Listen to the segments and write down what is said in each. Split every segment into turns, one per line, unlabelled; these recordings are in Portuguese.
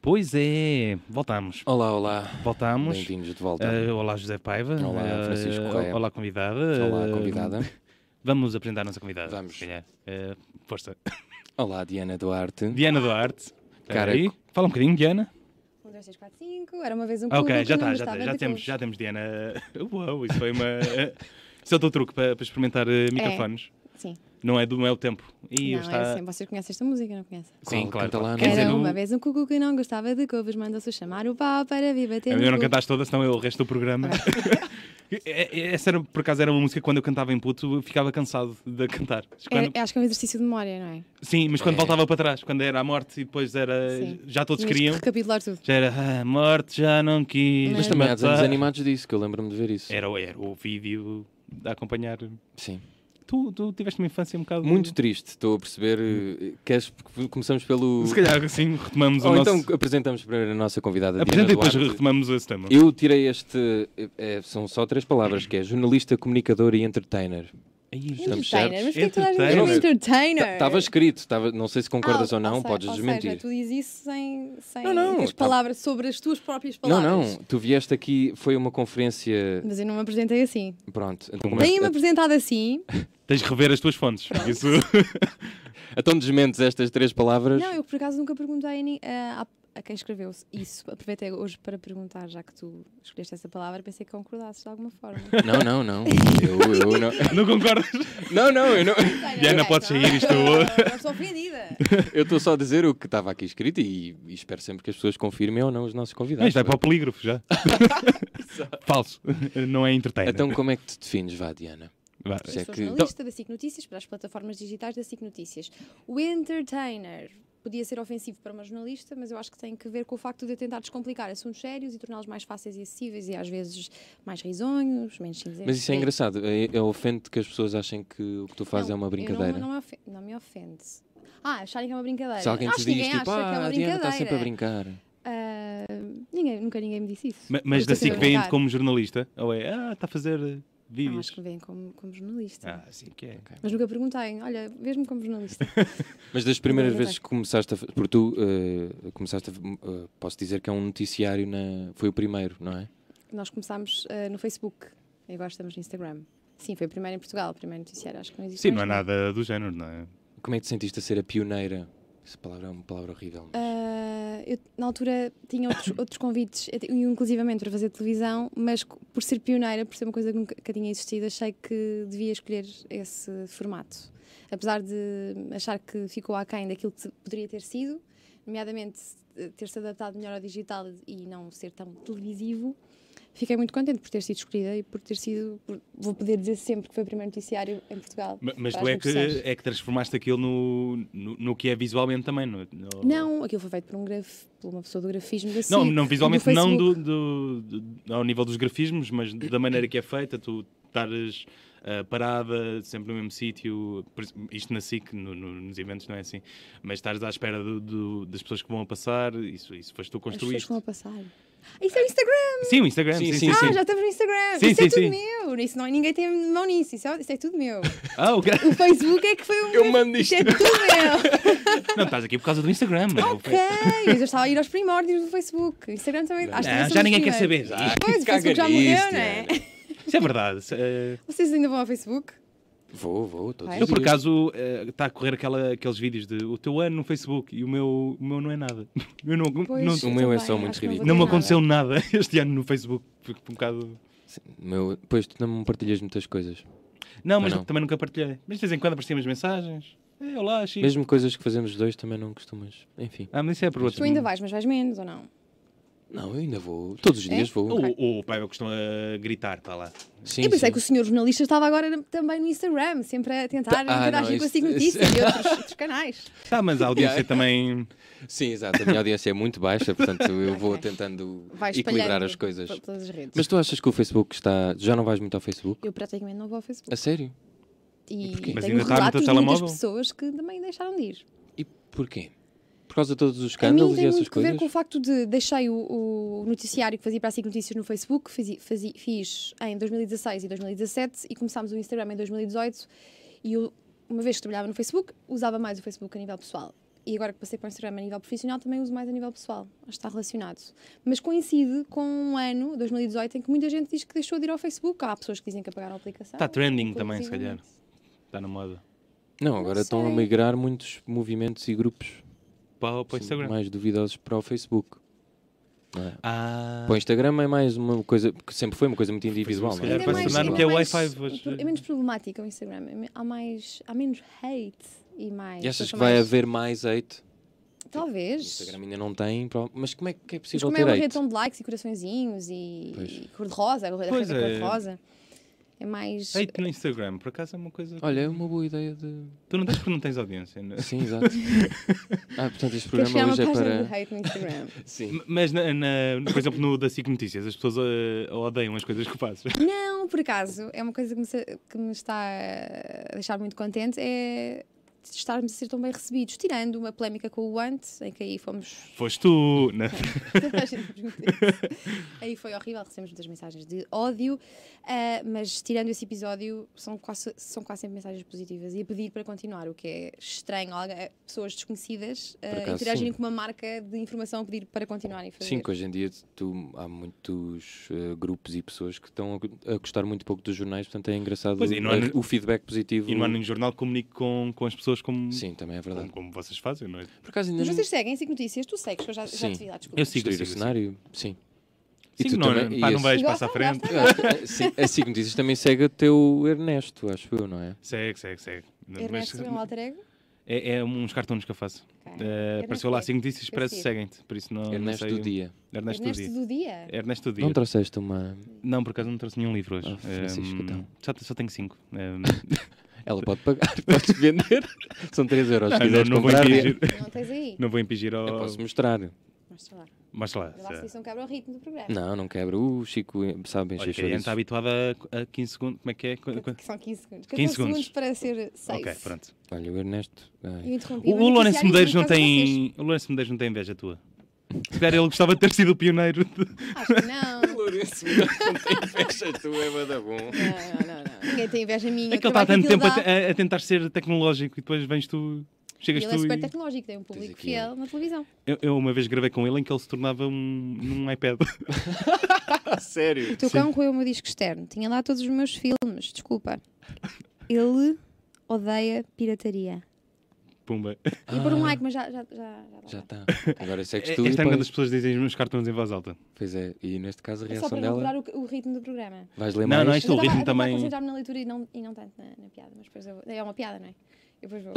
Pois é, voltamos.
Olá, olá.
Voltamos.
Bem-vindos de volta.
Eh, olá, José Paiva.
Olá,
Eh,
Francisco Correia.
Olá, convidada.
olá,
Eh,
convidada.
Vamos apresentar a nossa convidada.
Vamos.
se calhar. Eh, força.
Olá, Diana Duarte.
Diana Duarte. Espera
Cara,
aí. Fala um bocadinho, Diana.
1, 2, 3, 4, 5. Era uma vez um
Ah,
clube.
ok, já
que não
está, já, tá,
gostava
já
de
temos,
clubes.
já temos Diana. Uau, isso foi uma. isso é outro truque para, para experimentar eh, microfones.
Sim.
Não é do meu tempo. E eu
É. não, é
está-
assim. Vocês conhecem esta música, não conhecem?
Sim,
Qual?
claro.
Canta lá,
claro.
não
Quer
é?
dizer,
Era
do-
uma vez um cucu que não gostava de couves, mandou-se chamar o pau para vir bater
É
no
melhor não
clube.
cantares toda, senão eu o resto do programa. É- é- Essa era, por acaso era uma música que quando eu cantava em puto eu ficava cansado de cantar. Mas quando-
É, acho que é um exercício de memória, não é?
Sim, mas quando
É.
voltava para trás, quando era a morte e depois era.
Sim.
Eh, Já todos
Tinhas que
queriam.
recapitular tudo.
Já era. "Ah, a morte já não quis.
Mas também há desenhos
matar."
animados disso, que eu lembro-me de ver isso.
Era, era o vídeo de acompanhar.
Sim.
Tu, tu tiveste uma infância um bocado.
Muito triste, estou a perceber. eh, Queres, começamos pelo.
Se calhar assim retomamos
Ou
o
então
nosso.
apresentamos primeiro a nossa convidada.
Apresenta e
Diana
depois
Duarte.
retomamos esse tema.
Eu tirei este. eh, eh, são só três palavras, que é jornalista, comunicador e entertainer.
Aí, então,
Estamos
Entertainer.
certos.
Mas porquê que tu és mesmo
Entertainer.
é um entertainer?
Estava escrito, tava, não sei se concordas
Ah,
ou não,
se-
podes
ou
desmentir.
Seja, tu dizes isso sem, sem
Não, não,
com as
tá-
palavras sobre as tuas próprias
não,
palavras.
não, tu vieste aqui, foi uma conferência.
Mas eu não me apresentei assim.
Pronto, então,
Mas-
Bem-me apresentado assim.
Tens de rever as tuas fontes. Isso.
então desmentes estas três palavras.
Não, eu por acaso nunca perguntei a, ni- a- a- a quem escreveu isso. Aproveitei hoje para perguntar, já que tu escolheste essa palavra, pensei que concordasses de alguma forma.
Não, não, não. Eu, eu não.
Não concordas?
Não, não, eu não.
Diana, pode sair, isto-
Não estou ofendida.
Eu estou só a dizer o que estava aqui escrito e, e espero sempre que as pessoas confirmem ou não os nossos
Ah,
convidados.
isto vai para o polígrafo já. Falso. Não é entertainer.
Então, como é que te defines, vá, Diana?
Vá.
Isso é
Eu sou
que-
jornalista da SIC Notícias para as plataformas digitais da SIC Notícias. O entertainer podia ser ofensivo para uma jornalista, mas eu acho que tem que ver com o facto de eu tentar descomplicar assuntos sérios e torná-los mais fáceis e acessíveis e às vezes mais risonhos, menos cinzentos.
Mas isso é
Sim.
engraçado. É, é ofende que as pessoas achem que o que tu fazes
Não,
é uma
eu
brincadeira.
Não, não, me ofende, não me ofende. Ah, acharem que é uma brincadeira.
Se alguém
acho
te
que
diz
ninguém
tipo,
acha que é
ah,
uma
a Diana está sempre a
brincadeira."
brincar.
Ah, ninguém, nunca ninguém me disse isso.
Ma- Mas
Eu
da
estou sempre
SIC
a
vêm
brincar.
como jornalista? Ou é, ah, está a fazer eh,
Não,
vídeos?
acho que vêm como, como jornalista.
Ah, sim que é.
Mas nunca perguntei, olha, vês-me como jornalista.
Mas das primeiras
Não, não
vezes que começaste a. fa- Porque tu eh, começaste a. eh, posso dizer que é um noticiário na. Foi o primeiro, não é?
Nós começámos ah, no Facebook e agora estamos no Instagram. Sim, foi o primeiro em Portugal, o primeiro noticiário, acho que não existe.
Sim, não é
mais,
nada do género, não é?
Como é que te sentiste a ser a pioneira? Essa palavra é uma palavra horrível. mas-
Ah, eu, na altura, tinha outros, outros convites, eu te- inclusivamente para fazer televisão, mas co- por ser pioneira, por ser uma coisa que nunca que tinha existido, achei que devia escolher esse formato. Apesar de achar que ficou aquém daquilo que se- poderia ter sido, nomeadamente eh, ter-se adaptado melhor ao digital e não ser tão televisivo, fiquei muito contente por ter sido escolhida e por ter sido, por- vou poder dizer sempre que foi o primeiro noticiário em Portugal.
Ma- Mas
para
tu
as
é que,
regressões.
é que transformaste aquilo no, no, no que é visualmente também. No, no-
Não, aquilo foi feito por, um graf, por uma pessoa do grafismo da
Não,
SIC,
não
É do
visualmente, não
Facebook.
do, do- do- ao nível dos grafismos, mas da maneira que é feita, tu estares ah, parada, sempre no mesmo sítio. Por ex- Isto na SIC, no- no- nos eventos, não é assim. Mas estares à espera do- do- das pessoas que vão a passar, isso, isso foste tu que
As pessoas
construíste.
vão a passar. Ah, Isso é o Instagram!
Sim, o Instagram.
Sim,
Sim,
sim,
sim,
sim.
Ah, já estamos no Instagram!
Sim,
isso
sim,
é tudo
sim.
meu! Isso não, ninguém tem mão nisso, isso é, isso é tudo meu.
Ah, ok.
O Facebook é que foi um.
Eu mando
Isto
isto.
é tudo meu!
Não, estás aqui por causa do Instagram. não é?
ok! Eu já estava a ir aos primórdios do Facebook. Instagram também. Acho que um
Não,
somos
Ah, já ninguém
os
quer saber.
primeiros.
Ah,
Pois, o
caga
Facebook já
nisto,
morreu, não é?
Diana.
Isso é verdade. isso é-
Vocês ainda vão ao Facebook?
Vou, vou, todos
Vai.
Ah,
os
Eu, por
dias.
acaso, está a correr aquela- aqueles vídeos de o teu ano no Facebook e o meu, o meu não é nada. Eu não,
Pois,
não,
o meu é
também,
só muito
acho que não vou
ridículo.
não me
ter
aconteceu nada este ano no Facebook. Fico um bocado.
Sim, meu- Pois tu não me partilhas muitas coisas.
Não, mas
Não, não.
também nunca partilhei. Mas de vez em quando apareciam as mensagens. É, olá, Chico.
Mesmo coisas que fazemos os dois também não costumas. Enfim.
Ah, mas isso é por
nada.
outro.
Tu ainda vais, mas vais menos ou não?
Não, eu ainda vou. Todos os
É?
dias vou.
O, o, pai costuma gritar, está lá.
Sim,
eu pensei
sim.
que o senhor jornalista estava agora na- também no Instagram, sempre a tentar
Ah,
interagir
não,
com a
isso-
SIC Notícias e outros, outros canais.
Tá, mas a audiência também.
Sim, exato. A minha audiência é muito baixa, portanto eu vou
Ok.
tentando
Vais
equilibrar
espalhando
as coisas.
por Todas as redes.
Mas tu achas que o Facebook está. Já não vais muito ao Facebook?
Eu praticamente não vou ao Facebook.
A sério?
E
porquê?
Mas
tenho
ainda está no teu
relatos de
telemóvel?
muitas pessoas que também deixaram de ir.
E porquê? Por causa de todos os
A mim
escândalos
tem
e essas
muito que ver
coisas?
com o facto de deixei o, o noticiário que fazia para a SIC Notícias no Facebook, fazi, fazi- fiz em 2016 e 2017 e começámos o Instagram em 2018 e eu, uma vez que trabalhava no Facebook, usava mais o Facebook a nível pessoal. e agora que passei para o Instagram a nível profissional, também uso mais a nível pessoal. Acho que está relacionado. Mas coincide com um ano, 2018, em que muita gente diz que deixou de ir ao Facebook. Há pessoas que dizem que apagaram a aplicação.
Está tá trending também, se calhar.
inclusivamente.
Está na moda.
Não, agora estão a
sei.
migrar muitos movimentos e grupos
Para, para o Instagram.
mais duvidosos para o Facebook.
Ah,
Para o Instagram é mais uma coisa, porque sempre foi uma coisa muito individual.
se
não é?
calhar
Ainda
vai se tornar
mais-
o
ainda
que é o
mais-
Wi-Fi hoje.
É menos problemático o Instagram. É me- Há, mais, há menos hate e mais.
E achas que
são
vai
mais-
haver mais hate? O
Talvez.
Instagram ainda não tem, pro- mas como é que é
Mas
possível
como é
ter
uma
hate?
rede tão de likes e coraçõezinhos e,
Pois.
e cor-de-rosa, a rede
Pois é.
cor-de-rosa. É mais.
Hate no Instagram, por acaso é uma coisa. que-
Olha, é uma boa ideia de.
Tu não tens porque não tens audiência, não é?
Sim, exato. ah, portanto, este
Queres criar
programa
uma
hoje é
página de
para.
hate no Instagram?
Sim.
Mas, na- na- por exemplo, no da SIC Notícias, as pessoas eh, odeiam as coisas que eu faço.
Não, por acaso, é uma coisa que me, sa- que me está a deixar muito contente, é estarmos a ser tão bem recebidos, tirando uma polémica com o Ant, em que aí fomos.
Foste tu, né?
toda a gente pergunta isso. aí foi horrível, recebemos muitas mensagens de ódio, ah, mas tirando esse episódio, são quase, são quase sempre mensagens positivas e a pedir para continuar, o que é estranho. alguém- pessoas desconhecidas ah,
acaso,
interagirem
sim.
com uma marca de informação a pedir para continuarem a fazer.
Sim, que hoje em dia tu, há muitos eh, grupos e pessoas que estão a, a gostar muito pouco dos jornais, portanto é engraçado
Pois é, e não há
a-
no-
o feedback positivo.
E no ano em jornal comunico com, com as pessoas como,
Sim, também é verdade.
como, como vocês fazem, não é?
Por acaso ainda
Mas
não.
vocês seguem, sigo notícias, tu segues, que eu já, já
Sim.
te vi lá, desculpa.
Eu sigo, eu
Destruir o
sigo. eu sigo.
cenário? Sim.
Sigo, não, não, pá, não vais passar
Gosta,
à frente.
gosta.
Eu acho que a- sim, a SIC Notícias também segue o teu Ernesto, acho eu, não é?
Segue, segue, segue. Mas
Ernesto é um alter ego?
é, é uns cartões que eu faço.
Ok.
Eh, apareceu lá 5 notícias,
Eu
parece que
sigo.
seguem-te. Por isso não,
Ernesto
não sei.
É, do Dia.
Ernesto do
Ernesto
Dia. É.
do dia.
Ernesto do Dia.
Não trouxeste uma.
Não, por acaso não trouxe nenhum livro hoje.
Ah, Francisco,
Ehm,
então.
só, só tenho Ehm, 5.
Ela pode pagar, podes vender. São 3 euros. Se
Ah, não,
quiseres
não vou Oh.
comprar,
impingir.
Não tens aí.
Não vou impingir ao.
eu posso mostrar.
Mostra lá.
Mostra lá.
Vê lá se
se-
isso não quebra o ritmo do programa.
Não, não quebra. O Chico sabe
Olha,
encher
que a gente
chouriços.
está habituada a a 15 segundos. Como é que é? Qu- qu-
Que são 15 segundos.
15 segundos.
15 segundos. para ser 6.
Ok, pronto.
Olha, o Ernesto. ai.
Eu interrompi.
O,
mas
o Lourenço
noticiário
Medeiros
por
não
causa de
tem. O Lourenço Medeiros não tem inveja tua. Se calhar ele gostava de ter sido o pioneiro. de-
vocês. Acho que não. não.
Lourenço, não tem festa tua, é bada bom.
Não, não, não. Ninguém tem inveja minha.
É que ele
o
está há
trabalho
tanto tempo a,
ele dá.
te- a- a tentar ser tecnológico e depois vens tu. Chegas
Ele é
tu
super
e...
tecnológico, tem um público
aqui um-
fiel na televisão.
eu, eu uma vez gravei com ele em que ele se tornava um, num iPad.
Sério?
O teu cão roeu o meu disco externo. Tinha lá todos os meus filmes, desculpa. Ele odeia pirataria.
Pumba.
E por um
Ah.
like, mas já. Já, já, já dá.
Já está. Agora segues tu
É
e
estranho quando as
pões.
pessoas dizem os meus cartões em voz alta.
Pois é, e neste caso a
É só
reação
para não
dela.
quebrar o, o ritmo do programa.
Vais ler
Não,
mais?
não, isto- é
Eu
o ritmo
eu
também-
a concentrar-me na leitura e não, e não tanto na, na piada, mas depois eu vou... É uma piada, não é? Eu depois vou.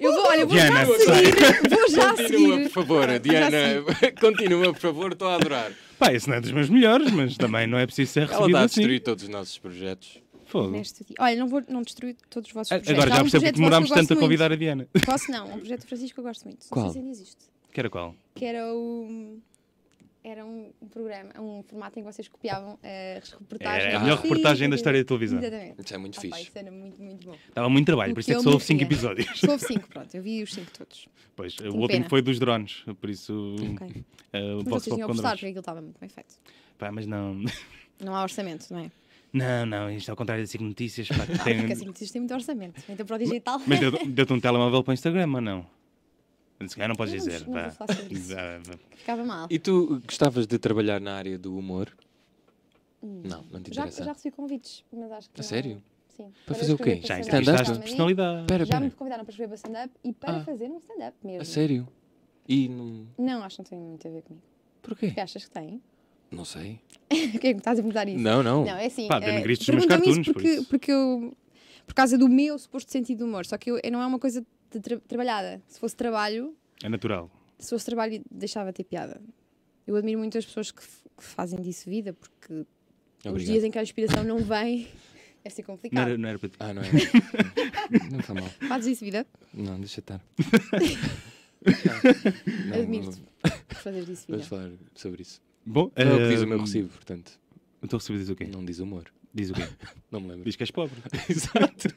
eu vou, olha, vou
Diana,
já seguir. Vou já seguir.
favor,
Diana,
Continua, por favor, estou a adorar.
Pá, esse não é dos meus melhores, mas também não é preciso ser recebido assim.
todos os nossos projetos.
Fogo.
Neste dia. Olha, não vou não destruir todos os vossos
A-
projetos.
Agora
Há
já
um
percebo
projeto
que demorámos
vosso que eu
tanto a
gosto
convidar a Diana.
muito. Posso não, um projeto do Francisco que eu gosto muito.
Qual?
Não sei se ainda existe.
Que era qual?
Que era o. Era um programa, um formato em que vocês copiavam eh, as reportagens.
Era
Ah.
É a melhor reportagem da história da televisão.
Exatamente.
Isso é muito
Ah, pá, isso era muito, muito bom.
Estava muito trabalho,
O
por isso
que
é que
eu
só
me
houve 5
ria.
episódios.
Soube cinco, pronto, eu vi os cinco todos.
Pois, o
Tenho
último
pena.
foi dos drones, por isso.
Ok.
eh, o vosso palco
Mas vocês tinham
com
apostar
drones.
porque aquilo estava muito bem feito.
Pá, mas não.
Não há orçamento, não é?
Não, não, isto é ao contrário da 5 Notícias. Pá, que tem-
Porque assim notícias têm muito orçamento. Então para o digital.
Mas deu- deu-te um telemóvel para o Instagram ou não? Se calhar não podes
Não,
dizer.
não vou
pá.
falar sobre isso.
Ah, pá.
Ficava mal.
E tu gostavas de trabalhar na área do humor?
Hum.
Não, não te
Já,
interessa.
já recebi convites, mas acho que.
A
não-
sério?
Sim.
Para fazer o quê?
escrever
Já
para
Stand-up?
entrevistaste
stand-up comedy.
personalidade.
Espera,
Já me
espera.
convidaram para escrever para stand-up e para
Ah.
fazer um stand-up mesmo.
A sério? E não...
Não, acho que não tem muito a ver comigo.
Porquê?
O que achas que tem?
Não sei.
O que é que me estás a perguntar isso?
Não, não.
Não, é assim.
Pá,
eh,
denegriste os meus
perguntam-me
cartoons,
isso
por
porque,
isso.
porque eu. Por causa do meu suposto sentido de humor. Só que eu, eu não é uma coisa de tra- trabalhada. Se fosse trabalho,
É natural.
se fosse trabalho, deixava de ter piada. Eu admiro muito as pessoas que, f- que fazem disso vida, porque os
Obrigado.
dias em que a inspiração não vem, deve ser
Não
complicado.
era, não era para ti.
Ah, não é? não está mal.
Fazes isso vida?
Não, deixa estar.
Admiro-te. Fazes disso
Vamos
vida.
falar sobre isso.
Bom,
Não é o que diz o
ah,
meu recibo, portanto.
O teu recibo diz o quê?
Não diz humor.
Diz o quê?
Não me lembro.
Diz que és pobre.
Exato.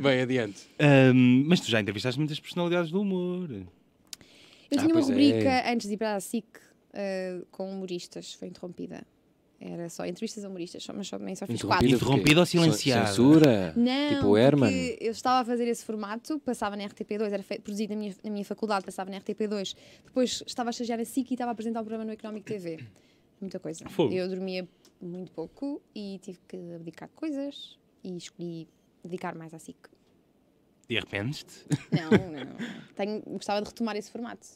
Bem, adiante.
Ahm, Ehm, mas tu já entrevistaste muitas personalidades do humor.
Eu
Ah,
tinha uma
pois é.
rubrica antes de ir para a SIC eh, com humoristas, foi interrompida. Era só entrevistas a humoristas, só, mas só, nem só fiz quatro.
Interrompida
Interrompido
porquê?
ou silenciado?
é Cen- Censura?
Não,
tipo o Herman?
porque eu estava a fazer esse formato, passava na RTP2, era fe- produzido na minha, na minha faculdade, passava na RTP2. Depois estava a estagiar na SIC e estava a apresentar o programa no Económico TV. Muita coisa.
Fogo.
Eu dormia muito pouco e tive que abdicar de coisas e escolhi dedicar mais à SIC.
E arrependes-te?
Não, não. Tenho, gostava de retomar esse formato.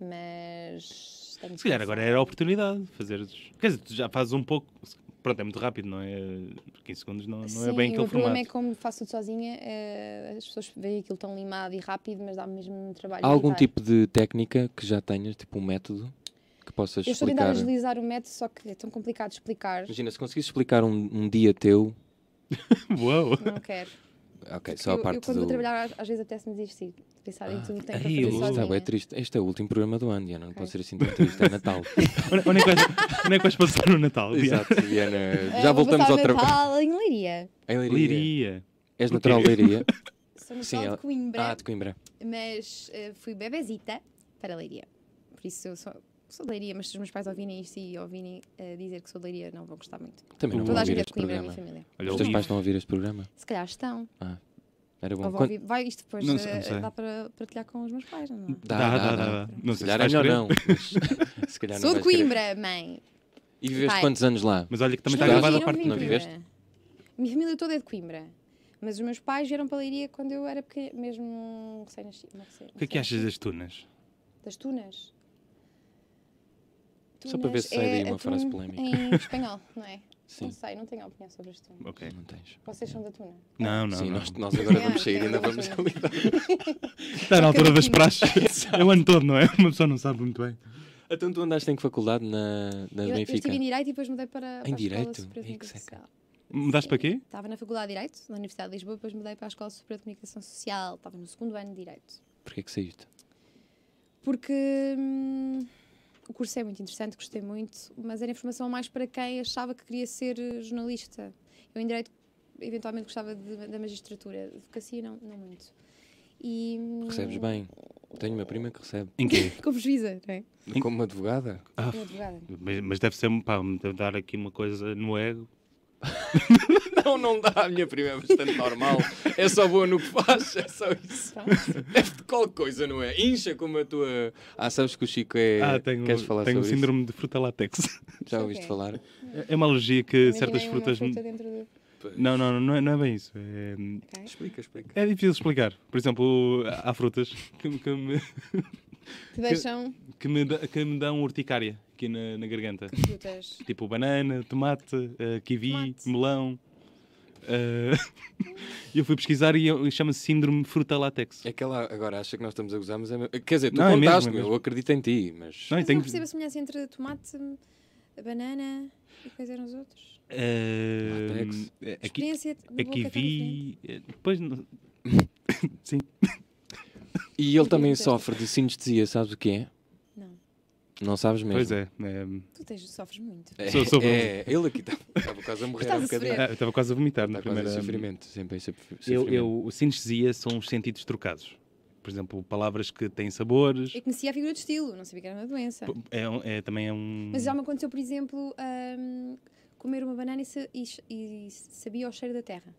Mas. Tenho
Se calhar
que-
agora era a oportunidade de fazeres. Quer dizer, tu já fazes um pouco. Pronto, é muito rápido, não é? 15 segundos não, não é
Sim,
bem
o
aquele
meu problema
formato.
é que como faço tudo sozinha, eh, as pessoas veem aquilo tão limado e rápido, mas dá-me mesmo trabalho.
Há algum
editar.
tipo de técnica que já tenhas, tipo um método que possas
Eu estou a tentar
explicar?
agilizar o método, só que é tão complicado de explicar.
Imagina, se conseguisses explicar um, um dia teu,
Uau!
Não quero.
ok, só
eu,
a parte
eu quando vou
do...
trabalhar, às, às vezes apetece-me desistir. De pensar em tudo que tenho para
ai,
fazer
Ah, eu-
Está
sozinha.
bem triste. Este é o último programa do ano, Diana. Não
Ok.
pode ser assim tão triste. É Natal.
Onde onde é que vais- onde é que vais passar o Natal?
Exato, Diana.
Eh,
Já
vou
voltamos
passar
ao
o
trabalho.
Natal em Leiria.
Em Leiria.
Liria.
És
Porquê?
natural de Leiria.
Sou
Sim,
natural
ela-
de Coimbra,
ah, de Coimbra.
mas eh, fui bebezita para Leiria. Por isso eu sou, sou de Leiria, mas se os meus pais ouvirem isto e ouvirem eh, dizer que sou de Leiria, não vão gostar muito.
Também não
Vão
Toda
vou
a
ouvir
gente é de
este
Coimbra, a minha
programa.
família.
Olha,
Os
o
teus pais
livro.
estão a ouvir este programa?
Se calhar estão.
Era bom.
Ou vão
Quando-
ouvir. Vai isto depois
Não sei, não
eh,
sei.
dá para partilhar com os meus pais, não é? dá?
Dá,
Dá, dá,
dá, dá.
dá. Não
Se
sei se
calhar é
vais
melhor
querer.
não. mas se calhar não
Sou de
vais querer.
Coimbra, mãe.
E viveste
Pai.
quantos anos lá?
Mas olha que
Os
também está
meus
Estudaste?
gravada a
viram
parte
em
Não
de
viveste?
Coimbra. um Minha família toda é de Coimbra. Mas os meus pais vieram para a Leiria quando eu era pequena, mesmo recém-nascida.
O que é que achas das tunas?
Das tunas.
Só para ver se sai
Tunas
daí
é
uma frase
atum
polémica.
Em espanhol, não é?
Sim.
Não sei, não tenho opinião sobre as tunas.
Ok.
Não tens.
Vocês são da tuna.
Não, não.
Sim,
não.
Nós, nós agora
Ah,
vamos sair,
ok,
ainda
agora
vamos
vamos
lidar.
Está na altura das praxes. é o ano todo, não é? Uma pessoa não sabe muito bem.
Então tu andaste em que faculdade na, na
Eu, eu
Benfica?
estive em Direito e depois mudei para, para a
Direito?
Escola Superior de
Ei, que
Comunicação
seca.
Social.
Mudaste para quê?
Estava na Faculdade de Direito, na Universidade de Lisboa, depois mudei para a Escola Superior de Comunicação Social. Estava no segundo ano de Direito.
Porquê é que saíste?
porque hum, o curso é muito interessante, gostei muito, mas era informação mais para quem achava que queria ser eh, jornalista. Eu, em direito, eventualmente gostava de- da magistratura, advocacia, não, não muito. E, hum,
Recebes bem? Tenho uma prima que recebe.
Em quê?
Como juíza, não é?
Como advogada?
Ah,
Como advogada.
mas, mas deve ser, pá, me deve dar aqui uma coisa no ego.
Não, não dá. A minha prima é bastante normal. É só boa no que faz. É só isso.
Pronto.
Deve-te qualquer coisa, não é? Incha como a tua. Ah, sabes que o Chico é.
Ah, tenho,
Queres falar
tenho o
sobre
síndrome de fruta látex.
isso? Já ouviste
Ok.
falar?
É uma alergia que
Imaginei
certas
uma
frutas.
fruta dentro do...
Não, não, não é, não é bem isso. É,
Ok.
Explica, explica.
é difícil explicar. Por exemplo, há frutas que, me- que me,
Te deixam
que, me, dá- que me dão urticária aqui na, na garganta.
frutas.
Tipo banana, tomate, eh, kiwi,
Tomate.
melão. eh, eu fui pesquisar e eu- chama-se síndrome fruta látex.
É que ela agora acha que nós estamos a gozar, mas é. me- Quer dizer, tu
Não, é mesmo, é
contaste-me,
mesmo.
eu acredito em ti, mas.
Não, e
Mas
tenho-
não percebo a semelhança entre tomate, banana e quais eram os outros.
Eh,
Látex.
eh,
A
aqui,
experiência de
a
boca tão diferente.
kiwi. eh, Depois. não- Sim.
E ele também sofre de sinestesia, sabes o que é?
Não.
Não sabes mesmo.
Pois é. eh,
Tu tens, sofres muito.
É,
Sou- sou
é, ele aqui está- estava quase a morrer
Estás
há
a
bocadinho.
sofrer.
ah, eu estava quase a vomitar na
Está quase em
primeira.
sofrimento, sempre em sofr-
Eu,
sofrimento.
eu, o sinestesia são os sentidos trocados. Por exemplo, palavras que têm sabores.
Eu conhecia É a figura de estilo, não sabia que era uma doença.
P- É, um- é- também é um.
Mas já me aconteceu, por exemplo, hum, comer uma banana e, sa- e ch- e sabia o cheiro da terra.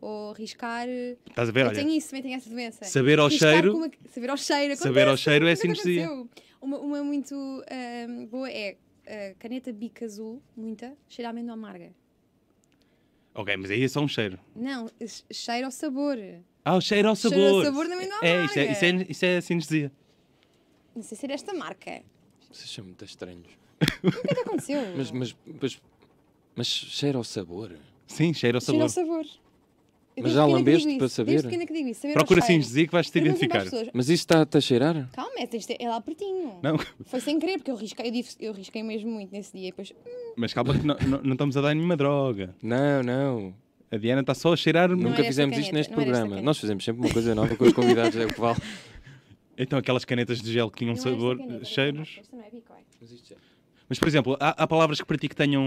Ou riscar. Eu
Estás a ver? Olha,
tenho é. isso, também tenho essa doença.
saber ao
Riscar
cheiro.
com uma- saber ao cheiro.
Saber ao
acontece,
cheiro é
nunca
sinestesia.
aconteceu. Uma, uma muito hum, boa é uh, caneta bica azul, muita, cheira a amêndoa amarga.
Ok, mas aí é só um cheiro.
Não, es- cheiro ao sabor.
Ah, o cheiro ao
Cheiro
sabor.
ao sabor da amêndoa
é, isso é,
amarga.
isso é, isso é sinestesia.
Não sei se era esta marca.
Vocês são é muito estranhos.
O que aconteceu?
Mas, mas, mas, mas cheira ao sabor.
Sim, cheiro ao
Cheiro
sabor.
ao sabor. Eu
Mas já
desde pequena
lambeste
que digo
para
isso,
saber?
Desde pequena que digo isso, saber ao
Procura
cheiro.
sinestesia que vais te
Perguntem para
identificar.
as pessoas,
Mas isso está-te a cheirar?
Calma, é, tens de ter- é lá pertinho.
Não,
Foi sem querer, porque eu risquei, eu, disse- eu risquei mesmo muito nesse dia. e
Um
Depois, hum,
mas calma que não, não, não estamos a dar nenhuma droga.
Não, não.
A Diana está só a cheirar.
Não é.
Nunca
era esta
fizemos isto
caneta,
neste
não era esta
programa.
caneta.
Nós fizemos sempre uma coisa nova com os convidados, é o que vale.
Então aquelas canetas de gel que tinham
não é
sabor,
esta caneta,
cheiros. Hum.
Esta não é bico, é.
Mas, por exemplo, há, há palavras que para ti que tenham.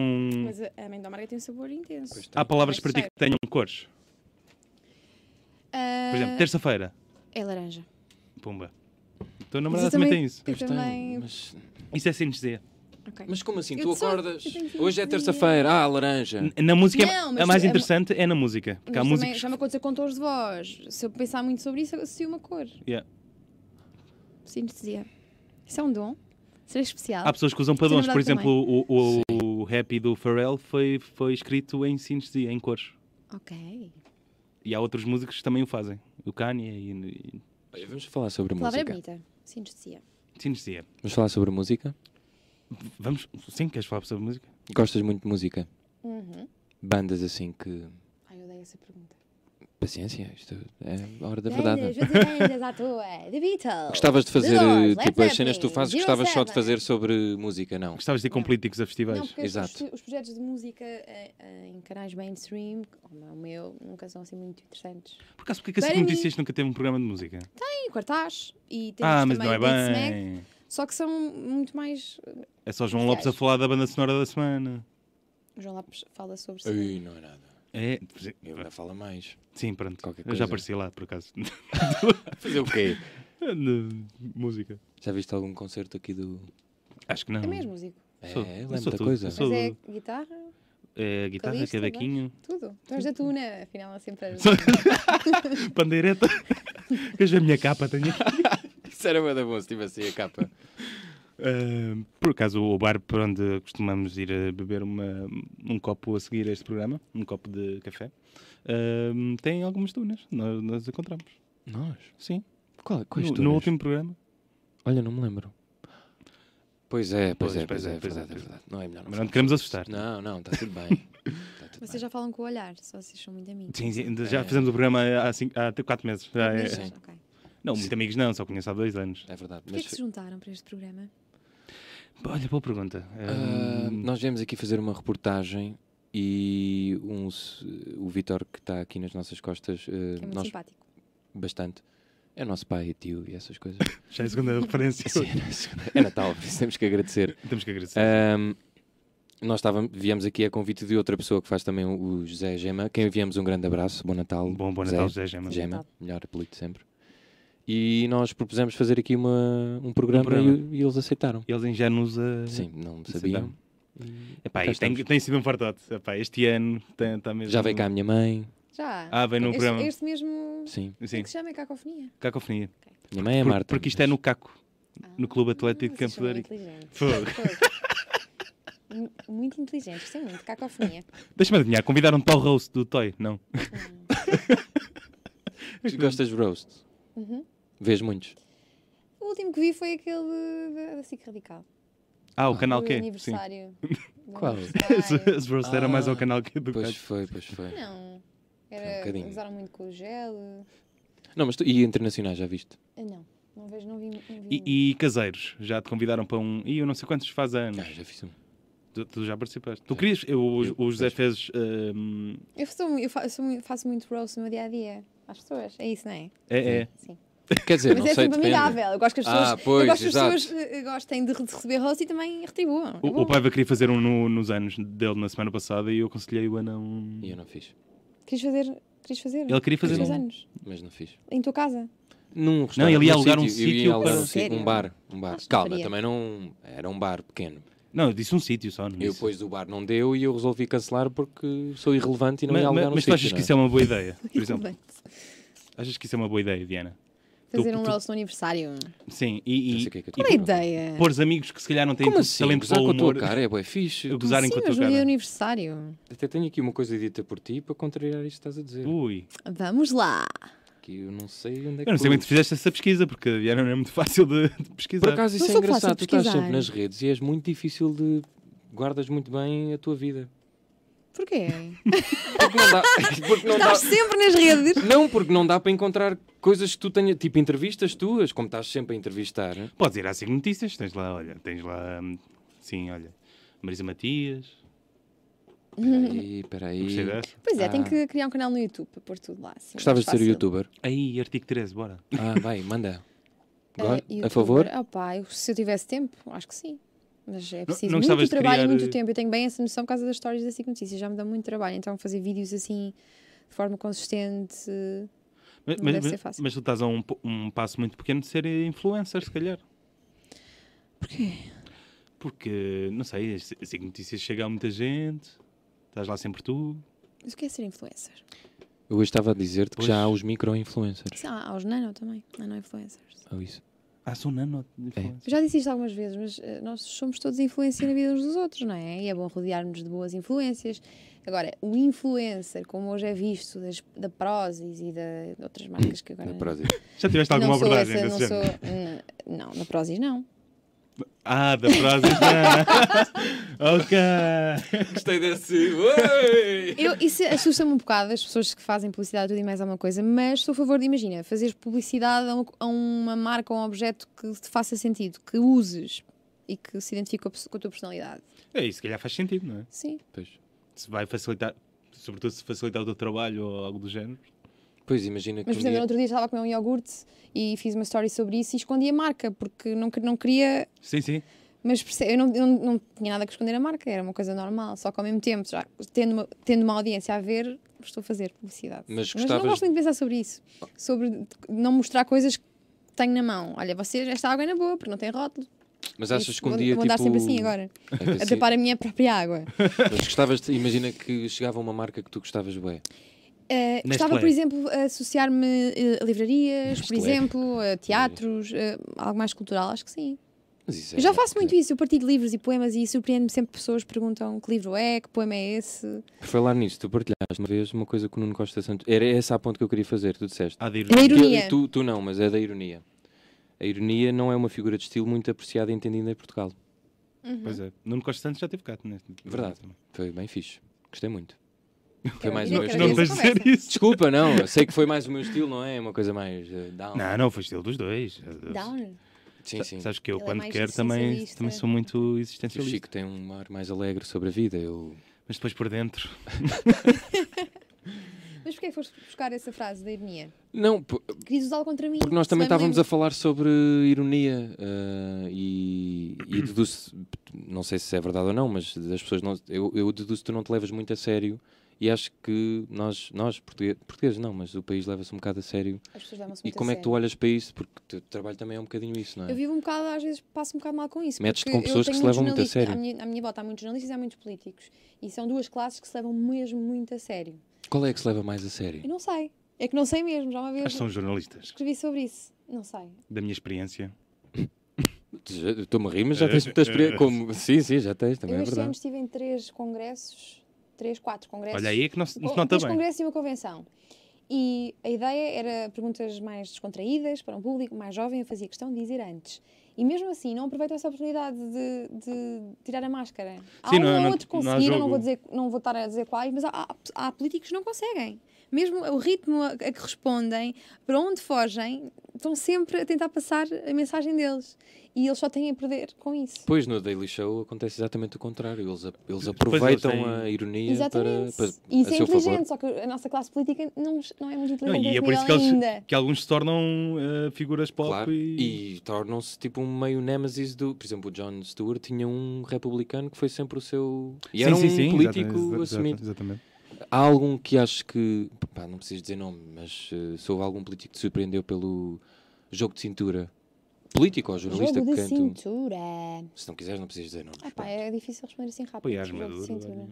Mas a a amêndoa amarga tem um sabor intenso.
Pois tem.
Há palavras
Mas
para ti que tenham
cheiro.
cores.
Ah,
Por exemplo, terça-feira.
É laranja.
Pumba. Tua
Mas
namorada
eu
também tem isso.
Eu
Pois tem,
também.
mas
Isso é sinestesia.
Ok.
Mas como assim?
Eu
tu
sou-
acordas.
eu tenho que
Hoje é
dormir.
terça-feira. Ah, laranja.
N- Na música, é-
Não, mas
a mais
tu- é mu-
interessante é na música. Porque há
Mas também
músicos.
já me aconteceu com tons de voz. Se eu pensar muito sobre isso, eu associo uma cor.
Yeah.
Sinestesia. Isso é um dom. Será especial.
Há pessoas que usam padrões. Por
verdade
exemplo, o, o, o Happy do Pharrell foi, foi escrito em sinestesia, em cores.
Ok.
E há outros músicos que também o fazem. O Kanye e. e
Olha, Vamos falar sobre
A palavra é
música.
bonita. Sinestesia.
sinestesia.
Vamos falar sobre música.
é. Vamos. Sim, queres falar sobre música?
Gostas muito de música?
Uhum.
Bandas assim que.
Ai, eu odeio essa pergunta.
Paciência, isto é a hora da
Bandas,
verdade.
bandas à toa. The Beatles.
Gostavas de fazer,
The Doors,
eh,
Led
tipo, as cenas que tu
Zeppelin,
fazes,
Zero
gostavas só de
Seven.
fazer sobre música, não?
Gostavas de ir com
Não.
políticos a festivais?
Não, porque
Exato.
Os, os projetos de música eh, eh, em canais mainstream, como é o meu, nunca são assim muito interessantes.
Por acaso, porque a SIC
Para mim-
Notícias nunca teve um programa de música?
Tem quartaz e temos
Ah, mas
também
não é
o Beat Snack,
bem.
Só que são muito mais. eh,
É só João Lopes a
Musicais.
falar da banda sonora da semana.
O João Lopes fala sobre
Ai, não é nada.
É.
Eu ainda falo mais.
Sim, pronto.
Qualquer
Eu já
coisa.
apareci lá, por acaso.
Fazer o quê?
De música.
Já viste algum concerto aqui do.
Acho que não.
É mesmo, músico.
É,
Sou-
é
eu sou
muita
tudo,
coisa.
eu
Mas
sou-
é guitarra,
É guitarra,
Calista,
cavaquinho,
tudo. Tu és da Tuna, afinal, é sempre. a-
pandeireta. Veja a minha capa, tenho aqui.
Isso era bué da bom se tivesse aí a capa.
Ah, por acaso, o bar para onde costumamos ir a beber uma, um copo a seguir a este programa, um copo de café, ah, tem algumas tunas. Nós, nós encontramos.
Nós?
Sim.
Qual,
No,
quais
no
tunas?
último programa.
Olha, não me lembro. Pois é, pois,
Pois,
é,
pois
pois é,
é,
é,
pois é,
verdade, é
pois é.
verdade. Não é melhor.
Mas não te queremos assustar.
Não, não, está tudo bem. Tá tudo
Vocês já falam com o olhar, só vocês são muito amigos.
Sim, sim, já
É.
fizemos o programa há, cinco, há t- quatro meses. Já é-
Mas,
Sim.
ok.
Não, muito amigos não, só conheço há dois anos.
bem. É verdade.
Porquê
Mas,
que se juntaram para este programa?
Olha, boa pergunta.
ah,
Hum,
nós viemos aqui fazer uma reportagem e um, se- o Vitor, que está aqui nas nossas costas, ah,
Que é muito
nós
simpático.
bastante. É nosso pai e tio e essas coisas.
já é a segunda referência.
Sim, é, nosso- é Natal, por isso temos que agradecer.
Temos que agradecer.
Ahm, nós estávamos, viemos aqui a convite de outra pessoa que faz também o- o José Gema, quem enviamos um grande abraço, bom Natal.
bom, bom Natal, José Gema.
José.
Gema,
Natal.
melhor apelido sempre. E nós propusemos fazer aqui uma, um programa,
programa.
E, e eles aceitaram.
Eles ingênuos a.
Sim, não sabiam.
Aceitaram. Epá,
Cá
isto tem,
estamos.
tem sido um fartote. Epá, este ano tem- tá mesmo.
Já veio cá a minha mãe,
Já.
Ah, vem num
este,
programa.
Este mesmo.
sim.
Sim,
Que se chama é Cacofonia.
cacofonia.
Minha mãe é
Por-
Marta.
porque isto é no Caco, no
Ah,
Clube Atlético de
vocês
Campo de
são
Ourique.
inteligentes.
é Fogo.
Fogo. Mu- Muito inteligente, gostei muito. de Cacofonia.
Deixa-me adivinhar, convidaram-te ao roast do Toy? Não.
mas... Gostas de roast?
Uhum.
Vês muitos?
O último que vi foi aquele da- da SIC Radical.
Ah, o canal
do
Q. Sim.
aniversário. do
Qual?
aniversário.
Esse roast era mais ao
Ah,
canal Q do
Pois
Caco.
foi, pois foi.
Não.
Foi um
Era,
bocadinho.
usaram muito com o gel.
Não, mas tu, e internacionais já viste?
Ah, não, não vejo, não vi. Não vi muito.
E, e caseiros, já te convidaram para um. E eu não sei quantos faz anos.
Ah, já fiz um.
Tu, tu já participaste. Tu querias. eu- o, o José fez. hum,
Eu, sou, eu faço, sou muito- faço muito roast no meu dia a dia às pessoas, é isso, não é?
é, é.
Sim.
Quer dizer,
Mas
não
é
sei,
sempre
depende.
amigável. Eu gosto que as pessoas,
Ah, pois,
eu gosto que as
exato.
pessoas eh, gostem de, re- de receber roast e também retribuam. é
O,
bom.
o Paiva queria fazer um no- nos anos dele na semana passada e eu aconselhei-o a não.
E eu não fiz,
Querias fazer. Querias fazer?
Ele queria fazer
Querias
um-
anos.
mas não fiz.
Em tua casa.
Num restaurante,
ele ia
num
alugar um
eu ia
sítio
alugar
para-
um, sítio,
Sério?
um bar. Um bar.
Acho que
Calma,
faria.
também não. Era um bar pequeno.
Não, eu disse um sítio só. Não
Eu
disse.
depois do bar não deu e eu resolvi cancelar porque sou irrelevante e não
mas
ia
mas,
alugar um
mas tu
sítio,
achas
não
que
é?
isso é uma boa ideia? Por exemplo,
Bem,
achas que isso é uma boa ideia, Diana?
fazer
tu-
um
tu-
roast no aniversário.
Sim,
Não
um- e,
sei
e,
o que é que
e
eu
Qual é a ideia?
pôres amigos que se calhar não têm
Como
tanto
assim?
talento
Gozar
para o
com a tua
humor,
cara é bué fixe.
gozarem
Sim,
com a tua
mas no dia do
cara.
aniversário.
Até tenho aqui uma coisa dita por ti para contrariar isto que estás a dizer.
Ui,
Vamos lá.
Que eu não sei onde é que.
eu não sei como é que tu
pus.
fizeste essa pesquisa, porque a Diana não é muito fácil de, de pesquisar.
Por acaso isso
Não
é
sou fácil
engraçado,
de
tu estás
pesquisar.
sempre nas redes e és muito difícil de. Guardas muito bem a tua vida.
Porquê?
Porque não dá. Porque não, dá...
Estás sempre nas redes.
não, porque não dá para encontrar coisas que tu tenhas. Tipo entrevistas tuas, como estás sempre a entrevistar.
Podes ir à SIC Notícias, tens lá, olha, tens lá, hum, sim, olha, Marisa Matias,
Peraí, peraí.
gostei dessa.
Pois é, tenho
Ah.
que criar um canal no YouTube para pôr tudo lá. assim,
Gostavas
mais
de ser
fácil.
youtuber?
Aí, artigo 13, bora.
Ah, vai, manda.
Ah,
Agora,
youtuber.
a favor?
Ah, pá, eu- se eu tivesse tempo, acho que sim. Mas é preciso
não gostavas
muito
de
trabalho e
criar, eh,
muito tempo. Eu tenho bem essa noção por causa das histórias da SIC Notícias. Já me dá muito trabalho. Então fazer vídeos assim de forma consistente. eh,
Mas,
Não
mas-
deve ser
mas-
fácil.
mas tu estás a um, po- um passo muito pequeno de ser influencer, se calhar.
Porquê?
Porque, não sei, a SIC Notícias chega a muita gente, estás lá sempre tu.
Mas o que é ser influencer?
Eu hoje estava a dizer-te que
Pois.
já há os micro-influencers.
Sei lá, há os nano também, Ah, nano-influencers.
Ou isso.
Ah, sou nano.
É.
Eu já disse isto algumas vezes, mas eh, nós somos todos influência na vida uns dos outros, não é? E é bom rodearmos de boas influências. Agora, o influencer, como hoje é visto, das, da Prozis e da, de outras marcas que agora.
Na prosa.
Já tiveste alguma
não sou
abordagem
essa,
desse
não,
género?
sou, não, na Prozis não.
Ah, da frase. não. ok.
Gostei desse. Oi!
Eu, isso assusta-me um bocado as pessoas que fazem publicidade tudo e mais alguma coisa, mas sou a favor de, imagina, fazer publicidade a uma, a uma marca ou a um objeto que te faça sentido, que uses e que se identifique com a, pers- com a tua personalidade.
É isso, se calhar faz sentido, não é?
Sim.
Pois.
Se vai facilitar, sobretudo se facilitar o teu trabalho ou algo do género.
Pois, imagina que
Mas, por
um
exemplo, no
dia...
outro dia estava a comer um iogurte e fiz uma story sobre isso e escondi a marca, porque não, que- não queria.
Sim, sim.
Mas perce- eu não, eu não, não tinha nada que esconder a marca, era uma coisa normal. Só que ao mesmo tempo, já tendo uma, tendo uma audiência a ver, estou a fazer publicidade.
Mas
não
gostavas-
gosto muito de pensar sobre isso. Sobre não mostrar coisas que tenho na mão. Olha, vocês, esta água é na boa, porque não tem rótulo.
Mas achas
Isso,
que um
vou,
dia,
vou
tipo...
andar sempre assim agora,
É que
a
assim-
tapar a minha própria água.
Mas gostavas... de- Imagina que chegava uma marca que tu gostavas bué.
Eh,
Nestlé.
gostava, por exemplo, a associar-me eh, a livrarias, por
Nestlé.
exemplo, a teatros, eh, algo mais cultural, acho que sim.
Mas isso é
Eu já
uma-
faço muito isso, eu partilho livros e poemas e surpreendo-me sempre pessoas que perguntam que livro é, que poema é esse.
Por falar nisso, tu partilhaste uma vez uma coisa que o Nuno Costa Santos... Era essa a ponto que eu queria fazer, tu disseste.
Há de ir.
É ironia.
Que- Tu, tu não, mas é da ironia. A ironia não é uma figura de estilo muito apreciada e entendida em Portugal.
Pois é. Nuno Costa Santos já teve cá. Né?
Verdade. Foi bem fixe. Gostei muito. Foi
Eu
mais
diria
o meu
que
Não me
estilo.
era
vais dizer isso.
Desculpa, não. eu Sei que foi mais o meu estilo, não é? É Uma coisa mais eh, down.
Não, não, foi estilo dos dois.
Down.
Sim, sim.
Sabes que eu,
um- Ele é
quando
mais
quero, também,
existencialista.
também sou muito
O
existencialista.
Chico tem um ar mais alegre sobre a vida. Eu...
Mas depois por dentro.
Mas porquê é foste buscar essa frase da ironia?
Não, po-
Querias usá-la contra mim?
porque nós também estávamos a falar sobre ironia eh, e, e deduzo, não sei se é verdade ou não, mas das pessoas não, eu, eu deduzo que tu não te levas muito a sério e acho que nós, nós portugueses, portugueses não, mas o país leva-se um bocado a sério
a.
E como é que tu olhas para isso? Porque o teu trabalho também é um bocadinho isso, não é?
Eu vivo um bocado, às vezes passo um bocado mal com isso.
Metes-te
porque
com
eu
pessoas que
tenho
se levam muito a
jornalista-
sério.
À minha, à minha volta há muitos jornalistas e há muitos políticos. E são duas classes que se levam mesmo muito a sério.
Qual é que se leva mais a sério?
Eu não sei. É que não sei mesmo, já uma vez
Acho que são jornalistas.
escrevi sobre isso. Não sei.
Da minha experiência.
Eu Estou-me a rir, mas já tens muita experiência. Como... Sim, sim, já tens, também
eu
é
este ano
verdade.
estive em três congressos, três, quatro congressos.
Olha aí é que não se, não se
Com-
nota
dois
bem.
congressos e uma convenção. E a ideia era perguntas mais descontraídas para um público mais jovem, eu fazia questão de dizer antes. E mesmo assim, não aproveitam essa oportunidade de, de tirar a máscara. há
Sim,
um
não-
ou
não-
outro que
não há
conseguiram, não,
jogo.
vou dizer, não vou estar a dizer quais, mas há, há- há políticos que não conseguem. Mesmo o ritmo a, a que respondem, para onde fogem, estão sempre a tentar passar a mensagem deles. E eles só têm a perder com isso.
Pois no Daily Show acontece exatamente o contrário. Eles, a- eles aproveitam
têm-
a ironia
Exatamente.
para, para
e isso
a
é
seu favor.
inteligente, só que a nossa classe política não, não é muito inteligente
Não,
a
e
esse
é por isso que,
nível
eles,
ainda.
que alguns se tornam eh, figuras pop
Claro,
e...
e tornam-se tipo um meio némesis do. Por exemplo, o John Stewart tinha um republicano que foi sempre o seu. E era um político
exatamente,
assumido.
Exatamente.
Há algum que acho que. Pá, não preciso dizer nome, mas eh, se houve algum político que te surpreendeu pelo jogo de cintura. Político ou jornalista
Jogo
que
de
canto.
cintura.
Se não quiseres, não precisas dizer nomes.
Ah, pá,
pronto.
é difícil responder assim rápido.
Pois,
jogo de
Maduro,
cintura.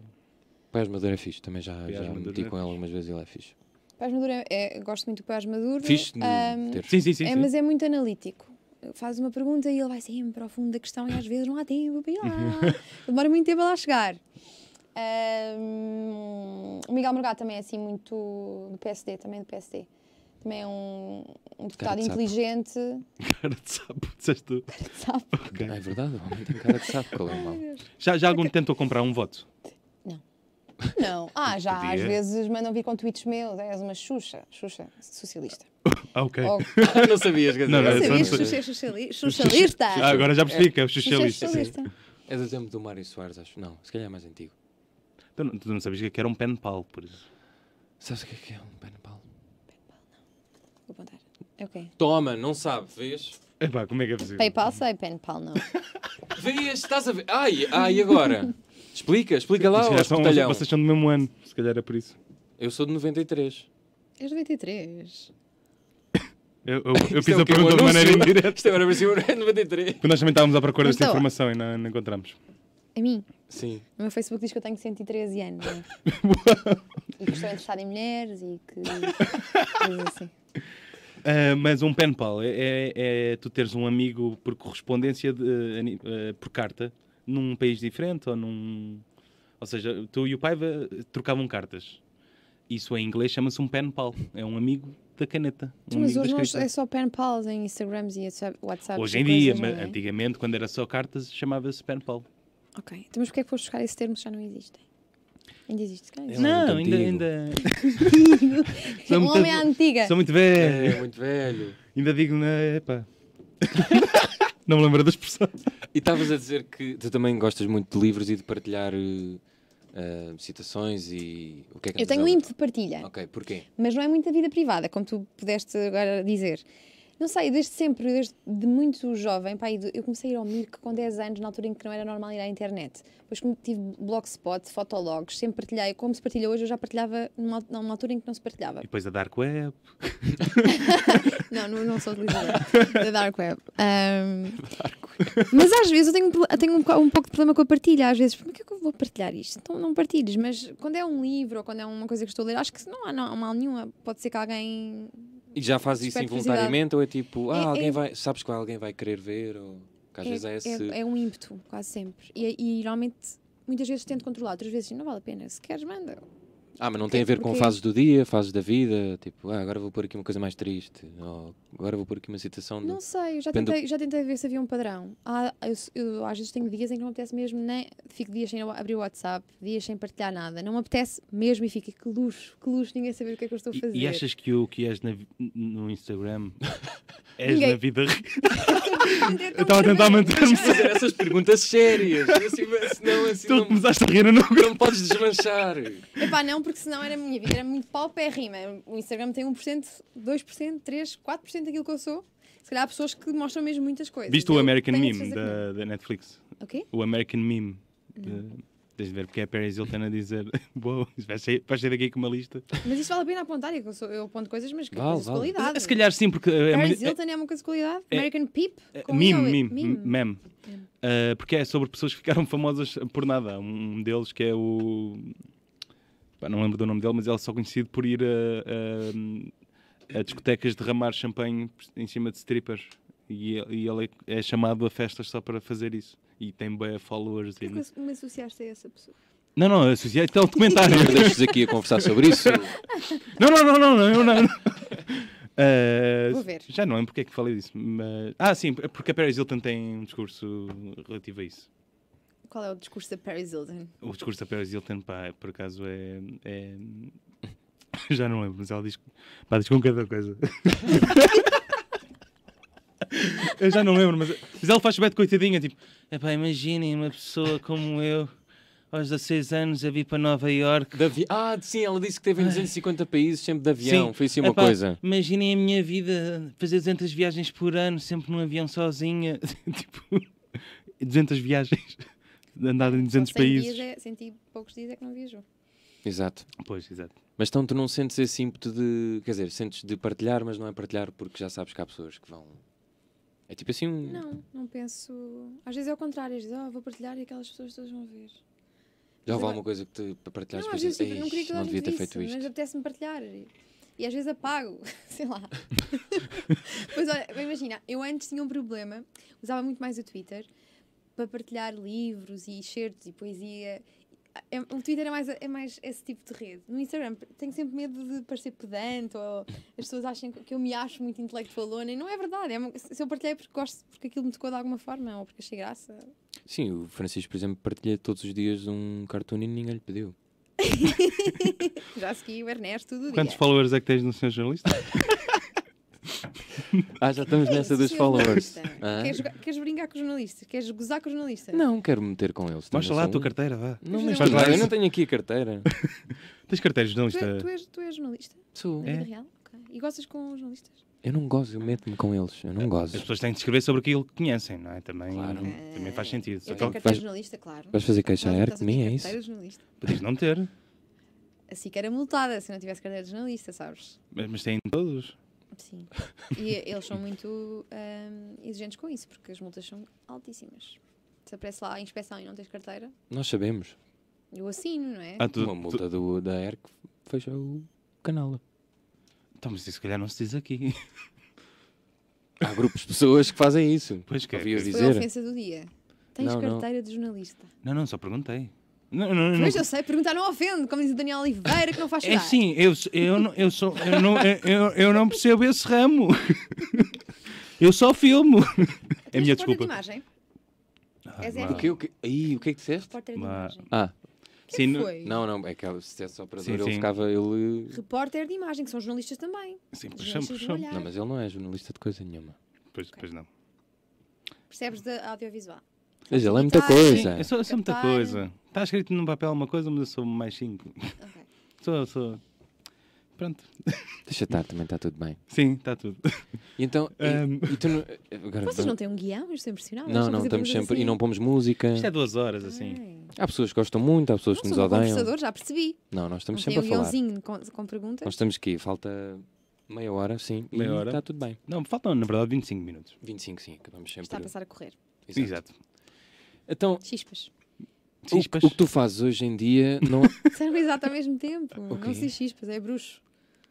Pés Madeira é fixe, também já,
Paiás
já me
Maduro
meti
é
com ele algumas vezes e ele é fixe.
Paz Maduro, é- é- gosto muito do Paz Maduro.
Fixe de
Ahm,
ter.
Sim, sim, sim.
é,
sim.
mas é muito analítico. Faz uma pergunta e ele vai sempre para o fundo da questão e às vezes não há tempo para ir lá. Demora muito tempo a lá chegar. Ahm, o Miguel Morgado também é assim muito do PSD, também do PSD. Também é um, um
Cara
deputado
de sapo.
inteligente.
Cara de sapo, disseste tu.
Sabe?
Ok.
Ah, é verdade, o homem tem cara de sapo, qual é o mal?
Já, já algum tentou comprar um voto?
Não. Ah, já
Podia.
às vezes mandam vir com tweets meus. És uma Xuxa. Xuxa, socialista.
Ah, ok.
Ou-
não sabias, quer
Não,
dizer,
não,
não
é só-
sabias
é-
Oh, Xuxa é sociali- socialista?
Ah, agora já percebi que é o
Xuxa é
socialista. sim.
socialista.
É do tempo do Mário Soares, acho. Não, se calhar é mais antigo.
Tu não, tu não sabias que era um pen pal, por isso.
Sabes o que é que é um pé na pala?
Vou apontar. É Ok.
Toma, não sabe, vês?
Epá, como é que é possível?
PayPal sei, PenPal não.
Vês, estás a ver. Ai, ai, agora? Explica, explica lá,
Se
ó,
calhar são-
espetalhão.
vocês são do mesmo ano, se calhar é por isso.
Eu sou de 93.
És 93.
Eu, eu- eu fiz
Isto é
a
o que é um
pergunta de maneira
anúncio.
indireta.
Isto agora parecia um 93.
Porque nós também estávamos à procura
Mas
desta
tá lá.
informação e não, não encontramos.
A mim.
Sim.
No meu Facebook diz que eu tenho 113 anos. né? e que estou interessada em mulheres e que. coisas assim.
Ah, mas um pen pal é, é- é tu teres um amigo por correspondência de, eh, ani- eh, por carta num país diferente ou num. Ou seja, tu e o Paiva eh, trocavam cartas. Isso em inglês chama-se um pen pal. É um amigo da caneta. Um
mas
amigo da
hoje não
escrita.
é só pen pals em Instagrams e é? WhatsApp.
Hoje em dia, mas antigamente, quando era só cartas, chamava-se pen pal.
Ok, então mas porquê é que foste buscar esse termo se já não existem? Ainda existe, se calhar
É
existe.
Não,
muito
ainda.
antigo.
ainda...
É
sou
um
muito-
homem à antiga.
Sou muito velho.
É, muito velho.
Ainda digo, né, epá. não me lembro da expressão.
E estavas a dizer que tu também gostas muito de livros e de partilhar eh, eh, citações e o que é que
Eu tenho um
andas a-
ímpeto de partilha,
Ok, porquê?
mas não é muito a vida privada, como tu pudeste agora dizer. Não sei, desde sempre, desde de muito jovem, pá, e de- eu comecei a ir ao Mirk com 10 anos, na altura em que não era normal ir à internet. Depois como tive blogspot, fotologs, sempre partilhei. Como se partilha hoje, eu já partilhava numa, al- numa altura em que não se partilhava.
E depois a Dark Web.
Não, não, não sou utilizadora da Dark Web. Ahm, mas às vezes eu tenho, um pro- eu tenho um, boca- um pouco de problema com a partilha. Às vezes, como é que eu vou partilhar isto? Então não partilhes, mas quando é um livro ou quando é uma coisa que estou a ler, acho que não há não, há mal nenhuma. Pode ser que alguém.
E já fazes isso
Espero que
involuntariamente ou é tipo, ah,
É-
alguém
é-
vai, sabes que alguém vai querer ver? Ou que às vezes é esse.
é- é um ímpeto, quase sempre. E, e geralmente, muitas vezes tento controlar, outras vezes não vale a pena. Se queres, manda.
Uhum.
Ah, mas não
porque-
tem a ver com
porque-
fases do dia, fases da vida, tipo, ah, agora vou pôr aqui uma coisa mais triste, ou agora vou pôr aqui uma citação. de-
Não sei, eu já
Depende do-
tentei, já tentei ver se havia um padrão. Ah, eu, s- eu às vezes tenho dias em que não me apetece mesmo, nem fico dias sem abrir o WhatsApp, dias sem partilhar nada. Não me apetece mesmo e fica que luxo, que luxo, ninguém saber o que é que eu estou a
E-
fazer.
E, achas que o que és na vi- no Instagram és
Ninguém-
na vida real?
eu
Eu estava a tentar manter-me. sério.
Fazer essas perguntas sérias, assim, senão assim
Tu
não,
começaste a rir, eu não
não podes desmanchar.
Epá, não, porque senão era a minha vida, era muito paupérrima. O Instagram tem 1%, 2%, 3%, 4% daquilo que eu sou. Se calhar há pessoas que mostram mesmo muitas coisas.
Viste o
Eu
American
tenho de
Meme
fazer que
da,
não.
da Netflix?
O quê?
O American Meme. De, tens de ver porque é a Paris Hilton a dizer: Uou, isso vais sair, vais sair daqui com uma lista.
Mas isto vale a pena apontar, é que eu, sou, eu aponto coisas, mas que
Vale,
coisas
vale.
de qualidade.
Se calhar sim, porque. é
Paris
muito- é-
Hilton é uma coisa de qualidade?
é-
American Peep?
é-
Com
Meme,
I ou E?
meme, m- meme. Ah, porque é sobre pessoas que ficaram famosas por nada. Um deles que é o. Pá, não lembro do nome dele, mas ele é só conhecido por ir a, a- a discotecas derramar champanhe em cima de strippers. E, ele- e ele é, é chamado a festas só para fazer isso. E tem bem followers. E...
Porquê é que me associaste a essa pessoa?
Não, não, associei até ao documentário.
Não me deixes aqui a conversar sobre isso.
não, não, não, não, não, eu não. não. Ah,
Vou ver.
Já não lembro porque é que falei disso. Mas... Ah, sim, é porque a Paris Hilton tem um discurso relativo a isso.
Qual é o discurso da Paris Hilton?
O discurso da Paris Hilton, pá, por acaso é. é- Já não lembro, mas ela diz. Pá, diz com cada coisa. eu já não lembro, mas, mas ela faz bem de coitadinha, tipo. Epá, imaginem uma pessoa como eu, aos 16 anos, a vir para Nova Iorque.
De avi- Ah, sim, ela disse que teve em 250 países sempre de avião. Foi assim uma
Epá,
coisa.
Imaginem a minha vida, fazer 200 viagens por ano, sempre num avião sozinha. tipo, 200 viagens. Andar em 200
Só 100 dias
países.
É, 100 e poucos dias é que não viajou.
Exato.
Pois, exato.
Mas então tu não sentes esse ímpeto de. Quer dizer, sentes de partilhar, mas não é partilhar porque já sabes que há pessoas que vão. É tipo assim um.
Não, não penso. Às vezes é o contrário, às vezes oh, vou partilhar e aquelas pessoas todas vão ver.
Já houve
Mas
alguma coisa que te para partilhares
não,
depois
às vezes
dizes,
tipo, não queria
"Eish,
que toda
não
a
devia
gente
ter
visse,
feito
mas
isto.
apetece-me partilhar. E, e às vezes apago, sei lá. Mas olha, imagina, eu antes tinha um problema, usava muito mais o Twitter para partilhar livros e excertos e poesia. É- O Twitter é mais, é mais esse tipo de rede. No Instagram tenho sempre medo de parecer pedante ou as pessoas acham que eu me acho muito intelectualona e não é verdade. É uma- se eu partilhei é porque gosto, porque aquilo me tocou de alguma forma ou porque achei graça.
Sim, o Francisco, por exemplo, partilha todos os dias um cartoon e ninguém lhe pediu.
Já segui o Ernesto todo o
Quantos
dia.
followers é que tens no seu jornalista?
Ah, já estamos nessa dos
Senhor
followers.
jornalista,
Hã?
Queres, jogar- queres brincar com os jornalistas? Queres gozar com os jornalistas?
Não, quero meter com eles. também
Mostra lá a
sou
tua
um.
carteira, vá.
Não,
Mas
mas
não-
faz lá, eu
Mas-
não tenho aqui a carteira.
Tens carteiras de
Tu, é- tu
jornalista? É.
és, tu és jornalista?
Sou.
Na vida real? Ok. E gostas com os jornalistas?
Eu não gozo, eu meto-me com eles. Eu não gozo.
As pessoas têm de escrever sobre aquilo que conhecem, não é? Também,
Claro.
também faz sentido. Só
Eu
que
tenho
ela-
É carteira
vais-
de jornalista, claro.
Vais fazer queixa
Nós
a
não
ar
estás
de
a
mim,
ter
é isso?
carteira de jornalista.
podias não ter,
Assim que era multada se não tivesse carteira de jornalista, sabes?
mas, mas têm todos.
Sim. E eles são muito hum, exigentes com isso, porque as multas são altíssimas. Se aparece lá a inspeção e não tens carteira,
Nós sabemos.
eu assino, não é?
Ah, tu,
Uma
tu,
multa do, da ERC fecha o canal.
então, mas isso se calhar não se diz aqui.
Há grupos de pessoas que fazem isso.
Pois que é,
Ouvi a
pois é.
Foi a
dizer.
ofensa do dia. Tens
Não, não.
carteira de jornalista.
Não, não, só perguntei. Não, não, não.
Mas eu sei, perguntar não ofende, como diz o Daniel Oliveira, que não faz
É
chorar.
sim, eu, eu, não- eu, sou, eu, não, eu- eu, eu não percebo esse ramo. Eu só filmo. É a
Tens
minha
repórter de
desculpa. Ah,
imagem? És
vá.
O que, o que, aí, o que é que disseste?
Repórter de
Mas-
imagem.
Ah,
Sim,
Quem
não-
foi?
não, não, é que ela- se dissesse operador,
Sim,
ele
sim.
ficava, ele...
Repórter de imagem, que são jornalistas também.
Sim,
Os
puxamos,
jornalistas do
puxamos.
olhar.
Não, mas ele não é jornalista de coisa nenhuma.
Pois, pois não.
Percebes de audiovisual.
Mas ele é muita
Ah,
Sim,
coisa.
eu sou, eu sou muita
Capar.
coisa. Está escrito num papel uma coisa, mas eu sou mais cinco.
Ok.
Então.
Sou, sou. Pronto.
Deixa estar, também está tudo bem.
Sim, está tudo.
E então, e-
Um,
e tu não- agora-
Vocês não têm um guião? Eu estou impressionada.
Não,
Estão a
não,
fazer
estamos
perguntas
sempre. E
assim.
não pomos música.
Isto é duas horas, assim.
Ai.
Há pessoas que gostam muito, há pessoas
Não
que
sou
nos
um
odeiam.
conversador, já percebi.
Não, nós estamos
não
sempre a
tem um
falar.
guiãozinho com, com perguntas.
Nós estamos aqui, falta meia hora, sim. e
Meia hora.
Está tudo bem.
Não, faltam, na verdade, 25 minutos.
25, sim, acabamos sempre.
Está a passar a correr.
Exato.
Exato.
Então,
Chispas.
o,
Chispas.
o que tu fazes hoje em dia não.
São exato ao mesmo tempo. Não se diz chispas, é bruxo.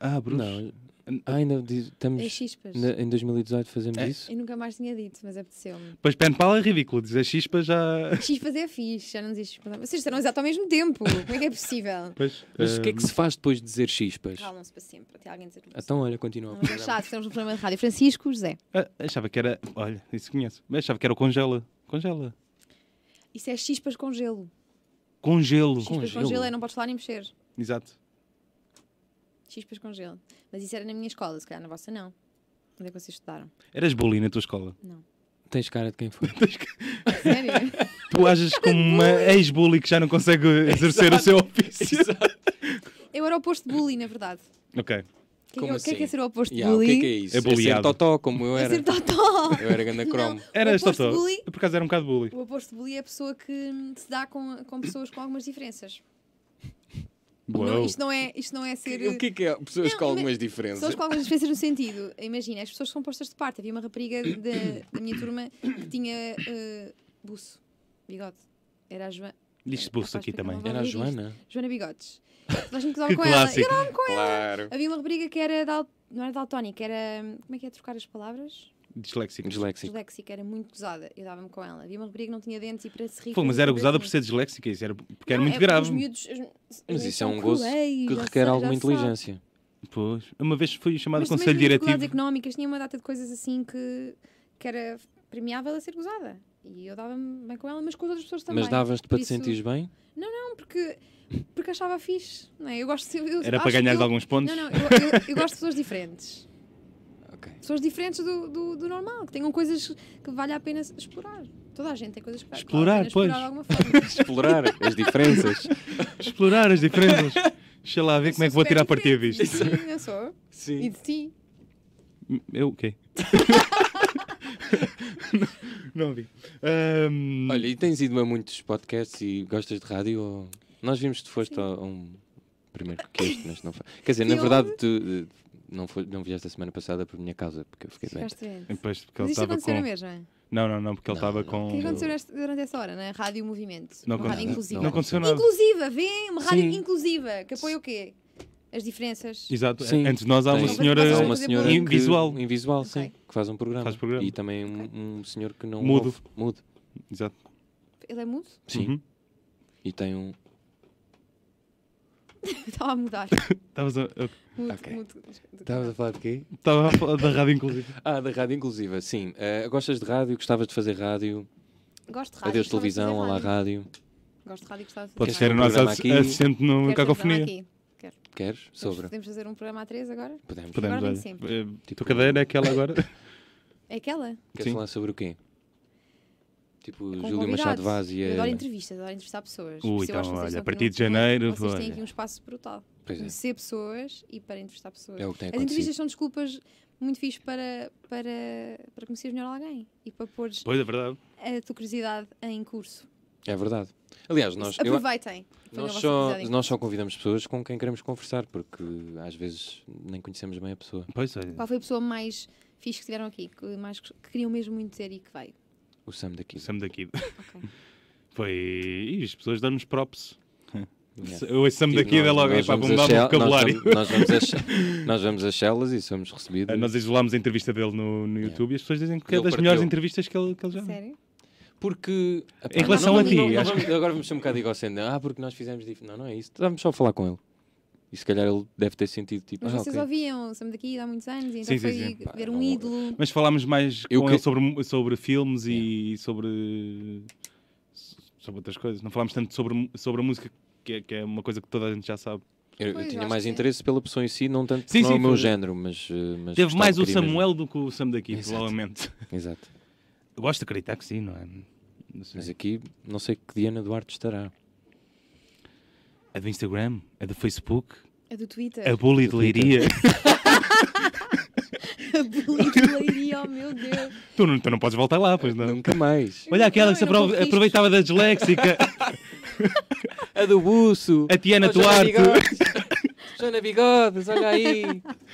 Ah, Bruno.
não. Ah, ainda diz- estamos.
É chispas.
na- em 2018 fazemos
É.
isso?
Eu nunca mais tinha dito, mas apeteceu-me.
Pois pen pala é ridículo. Dizer chispa já.
Chispas é fixe, já não diz chispas. Vocês disseram exato ao mesmo tempo. Como é que é possível?
Pois,
Mas o que é
um,
que se faz depois de dizer chispas?
Calam-se para sempre, até alguém dizer. Não,
Então, olha, continua. o
mas é
programa.
chato, estamos no programa de rádio. Francisco, José.
ah, achava que era. Olha, isso conheço. Mas achava que era o congela. Congela.
Isso é chispas com gelo.
Congelo.
Com
Chispas com
gelo?
gelo é não podes falar nem mexer.
Exato.
Chispas com gelo. Mas isso era na minha escola, se calhar na vossa não. Onde é que vocês estudaram?
Eras bully na tua escola.
Tens cara de quem foi.
Sério?
Tu ages como uma ex-bully que já não consegue exercer o seu ofício.
Eu era o oposto de bullying, na verdade.
Ok.
O que é que
Como
é- o que é que é
assim?
ser o oposto
Yeah,
de
o que
bullying?
é que é isso?
É
ser
bulliado.
totó, como eu
É
era.
ser totó.
Eu era ganda cromo.
Não,
Era
o
esta
oposto
tua.
de bully.
Por acaso era um bocado bully.
O oposto de bullying é a pessoa que hum, se dá com, com pessoas com algumas diferenças. Não,
Uau.
isto, não é, isto não é ser.
O que é que é? Pessoas
Não,
com algumas
mas-
diferenças.
Pessoas com algumas diferenças no sentido. Imagina, as pessoas são postas de parte. Havia uma rapariga da, da minha turma que tinha eh, buço, bigode. Era a Joana.
Diz-se buço aqui também.
Era a Joana.
Joana Bigodes. Toda a gente gozava
Que
com
clássico.
ela. Eu
Claro.
não- Havia uma rapariga que era. dal- Não era daltónica, era. hum, Como é que é trocar as palavras?
Disléxico.
Disléxico.
disléxica, era muito gozada. Eu dava-me com ela. Havia uma rapariga que não tinha dentes e para se rir.
Pô, mas
fazia
era gozada por
assim.
ser disléxica, isso era, porque era
Não,
muito
é porque
grave.
os miúdos- os- os
Mas
miúdos
isso é
são
um gozo
cruéis,
que
já
requer
sa-
alguma
já
inteligência.
Pois. Uma vez fui chamado
sabe.
de
Mas também
conselho
tinha dificuldades
diretivo.
económicas, tinha uma data de coisas assim que, que era premiável a ser gozada. E eu dava-me bem com ela, mas com as outras pessoas também.
Mas davas-te para
Por
te
isso-
sentires bem?
Não, porque, porque achava fixe. Não é? Eu gosto de ser- eu
Era para
acho que
ganhares
eu-
alguns pontos.
Não, não, eu, eu- eu gosto de pessoas diferentes.
Ok.
Pessoas diferentes do, do, do normal, que tenham coisas que vale a pena explorar. Toda a gente tem coisas que vale
Explorar,
a pena explorar
pois.
de alguma forma.
Explorar as diferenças.
Explorar as diferenças. Deixa lá ver como é que vou tirar partido disto.
Sim, eu sou. E
Sim.
de ti.
Eu o quê? não, não vi. Ahm,
Olha, e tens ido a muitos podcasts e gostas de rádio? ou- Nós vimos que tu foste a a um. Primeiro que este, mas não foi. Quer dizer, na
Fui
verdade, tu eh, não, foi, não vieste a semana passada por minha causa, porque eu fiquei bem.
Ficaste doente.
Depois, porque ele
Mas isto
estava
aconteceu
com.
na mesma. O
Não, não, não, porque ele
Não,
estava
não.
com.
que é que aconteceu neste- durante essa hora, na Rádio Movimento?
Não
uma rádio
aconteceu-
inclusiva.
Não aconteceu nada.
Inclusiva, vem, uma rádio
Sim.
inclusiva, que apoia o quê? As diferenças.
Exato.
Sim.
Antes de nós há uma
Tem-
senhora.
há uma
Fazer
senhora
bullying.
que-
Invisual.
invisual,
Ok.
sim, que faz um programa.
Faz programa.
E também um, um senhor que não
Mudo.
ouve, mudo.
Exato.
Ele é mudo?
Sim.
Uhum.
E tem um
Estava a mudar.
Estavas a, eu-
Mudo,
Ok.
mudo.
Estavas a falar de quê?
estava a falar da rádio, inclusive.
Ah, da rádio inclusiva, sim. Eh, gostas de rádio? Gostavas de fazer rádio?
Gosto
Adeus
de rádio. gostava de fazer
televisão, olá rádio.
Gosto de rádio, gostava de fazer
Pode
Queres
ser
ter
a
um
nossa
programa
ass-
aqui?
assistente no
Quero ter um programa
Cacofonia.
aqui. Quero.
Queres? Sobre.
Podemos fazer um programa a três agora?
Podemos.
Podemos,
Agora
olha.
nem sempre.
Eh,
Tipo-
tua cadeira é aquela agora?
É aquela?
Queres
Sim.
falar sobre o quê? Tipo,
É Com
Júlio Machado
convidados.
Vaz e
Eu adoro
a...
entrevistas, adoro entrevistar pessoas.
Ui,
Por isso eu
então,
acho que vocês
olha,
estão
a
aqui
partir
num-
de janeiro,
Vocês têm
olha.
aqui um espaço brutal.
Pois é.
Conhecer pessoas e para entrevistar pessoas.
É o que tem
As
acontecido.
entrevistas são desculpas muito fixe para, para, para conhecer melhor alguém e para pôr
pois, é verdade.
a tua curiosidade em curso.
É verdade. Aliás, nós, eu-
Aproveitem. Foi
nós,
o vosso
só,
episódio.
nós só convidamos pessoas com quem queremos conversar, porque às vezes nem conhecemos bem a pessoa.
Pois olha.
Qual foi a pessoa mais fixe que tiveram aqui? Que, mais, que queriam mesmo muito dizer e que veio?
O Sam daqui.
Sam daqui.
Ok.
Foi. E as pessoas dão-nos props.
Yeah.
Eu ouço Sam
Tipo,
daqui
nós-
é logo.
nós
Epá,
vamos
vamos dar
a
um
Shell- nós
vocabulário. Eh, É,
vamos- Nós vamos a Shell- nós vamos a Shellas e somos recebidos.
Nós isolámos a entrevista dele no, no YouTube e as pessoas dizem que é
Ele
das melhores
partilhou.
entrevistas que ele, que ele já deu.
Sério?
Porque.
Em relação
não,
a
não,
ti,
não, não
acho
vamos- agora vamos ser um bocado egocêntricos. Ah, porque nós fizemos. dif- Não, não é isso. Vamos só falar com ele. E se calhar ele deve ter sentido tipo.
Mas
ah,
vocês
ok.
ouviam, estamos daqui há muitos anos e então
Sim, sim,
foi
sim.
Pá, é
ver
não-
um ídolo.
Mas falámos mais
Eu
com
que-
ele sobre, sobre filmes e sobre. sobre outras coisas. Não falámos tanto sobre, sobre a música, que é, que é uma coisa que toda a gente já sabe.
Eu, eu
Pois,
tinha
acho
mais
que é.
interesse pela pessoa em si, não tanto
Sim,
porque não é
sim,
o meu
foi-
género, mas. eh, mas
Teve
gostava,
mais o
queria mesmo.
Samuel do que o Sam daqui,
Exato.
provavelmente.
Exato.
Eu Gosto de acreditar que sim, não é? Não sei.
Mas aqui, não sei que Diana Duarte estará.
A É do Instagram, a do Facebook,
É
A do Twitter.
a Bully de Leiria.
Leiria, oh meu Deus.
tu, não, tu não podes voltar lá, pois não.
Nunca mais.
Olha aquela que se
Não, eu não
aprov-
corrijo.
aproveitava da disléxica,
A do Buço.
a Tiana
Oh, Joana
Duarte.
Bigodes. Joana Bigodes, olha aí.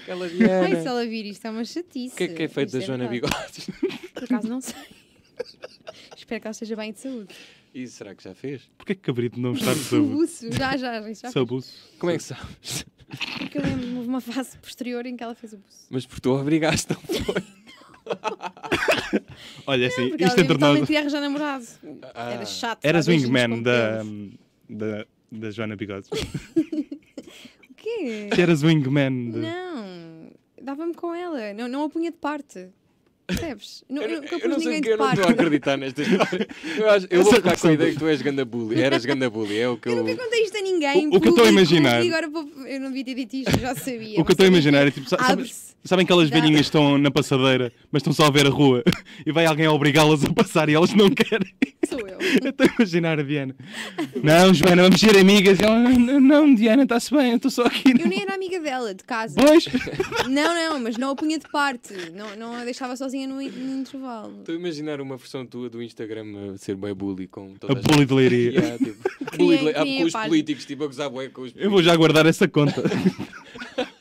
Aquela
Ai, se
Diana.
ela vir isto é uma chatice.
O que é que é feito
Isto
da Joana
verdade.
Bigodes?
Por acaso não sei. Espero que ela esteja bem de saúde.
E será que já fez?
Porquê que Cabrito não está de
O
saúde?
buço, já, já, já. já
Sabuço.
Como é que sabes?
Porque eu lembro-me houve uma fase posterior em que ela fez o buço.
Mas por tu obrigaste, não foi?
Olha, assim,
Porque
isto
ela
entre
então
nós.
eventualmente ia arranjar namorado.
Ah.
Era chato.
Eras
sabe? Beijinhos
wingman
com
da,
pelos.
da, da Joana Bigodes.
O quê?
Tu eras wingman de...
Não, dava-me com ela, não, não a punha de parte. Percebes? Não,
Eu,
eu nunca
eu
pus
não sei
ninguém
o que, é,
de
eu não
parte.
estou a acreditar nesta história. Eu, acho- eu
Eu
vou
sei
ficar
que
com a
sou
ideia que tu és ganda bully. Eras ganda bully, é o que eu...
Nunca contei isto a ninguém.
O- o que eu estou a
público,
imaginar-
E agora vou- eu não devia ter dito isto, já sabia.
O que eu estou a imaginar é tipo, sa- sabe-
Abre-se.
sabem que aquelas
Dá.
velhinhas estão na passadeira, mas estão só a ver a rua e vai alguém a obrigá-las a passar e elas não querem.
Sou eu.
Eu estou a imaginar a Diana. Não, Joana, vamos ser amigas. E ela, não, não, Diana, está-se bem, eu estou só aqui.
Eu nem era amiga dela, de casa.
Pois,
Não, não, mas não a punha de parte. Não, não a deixava sozinha no, no intervalo.
Estou a imaginar uma versão tua do Instagram a ser bem bully com toda
a bully de leiria.
Yeah, tipo, bully de lei- ah,
criem
com os
é página.
políticos, tipo, a gozar bué com os
Eu vou já guardar essa conta.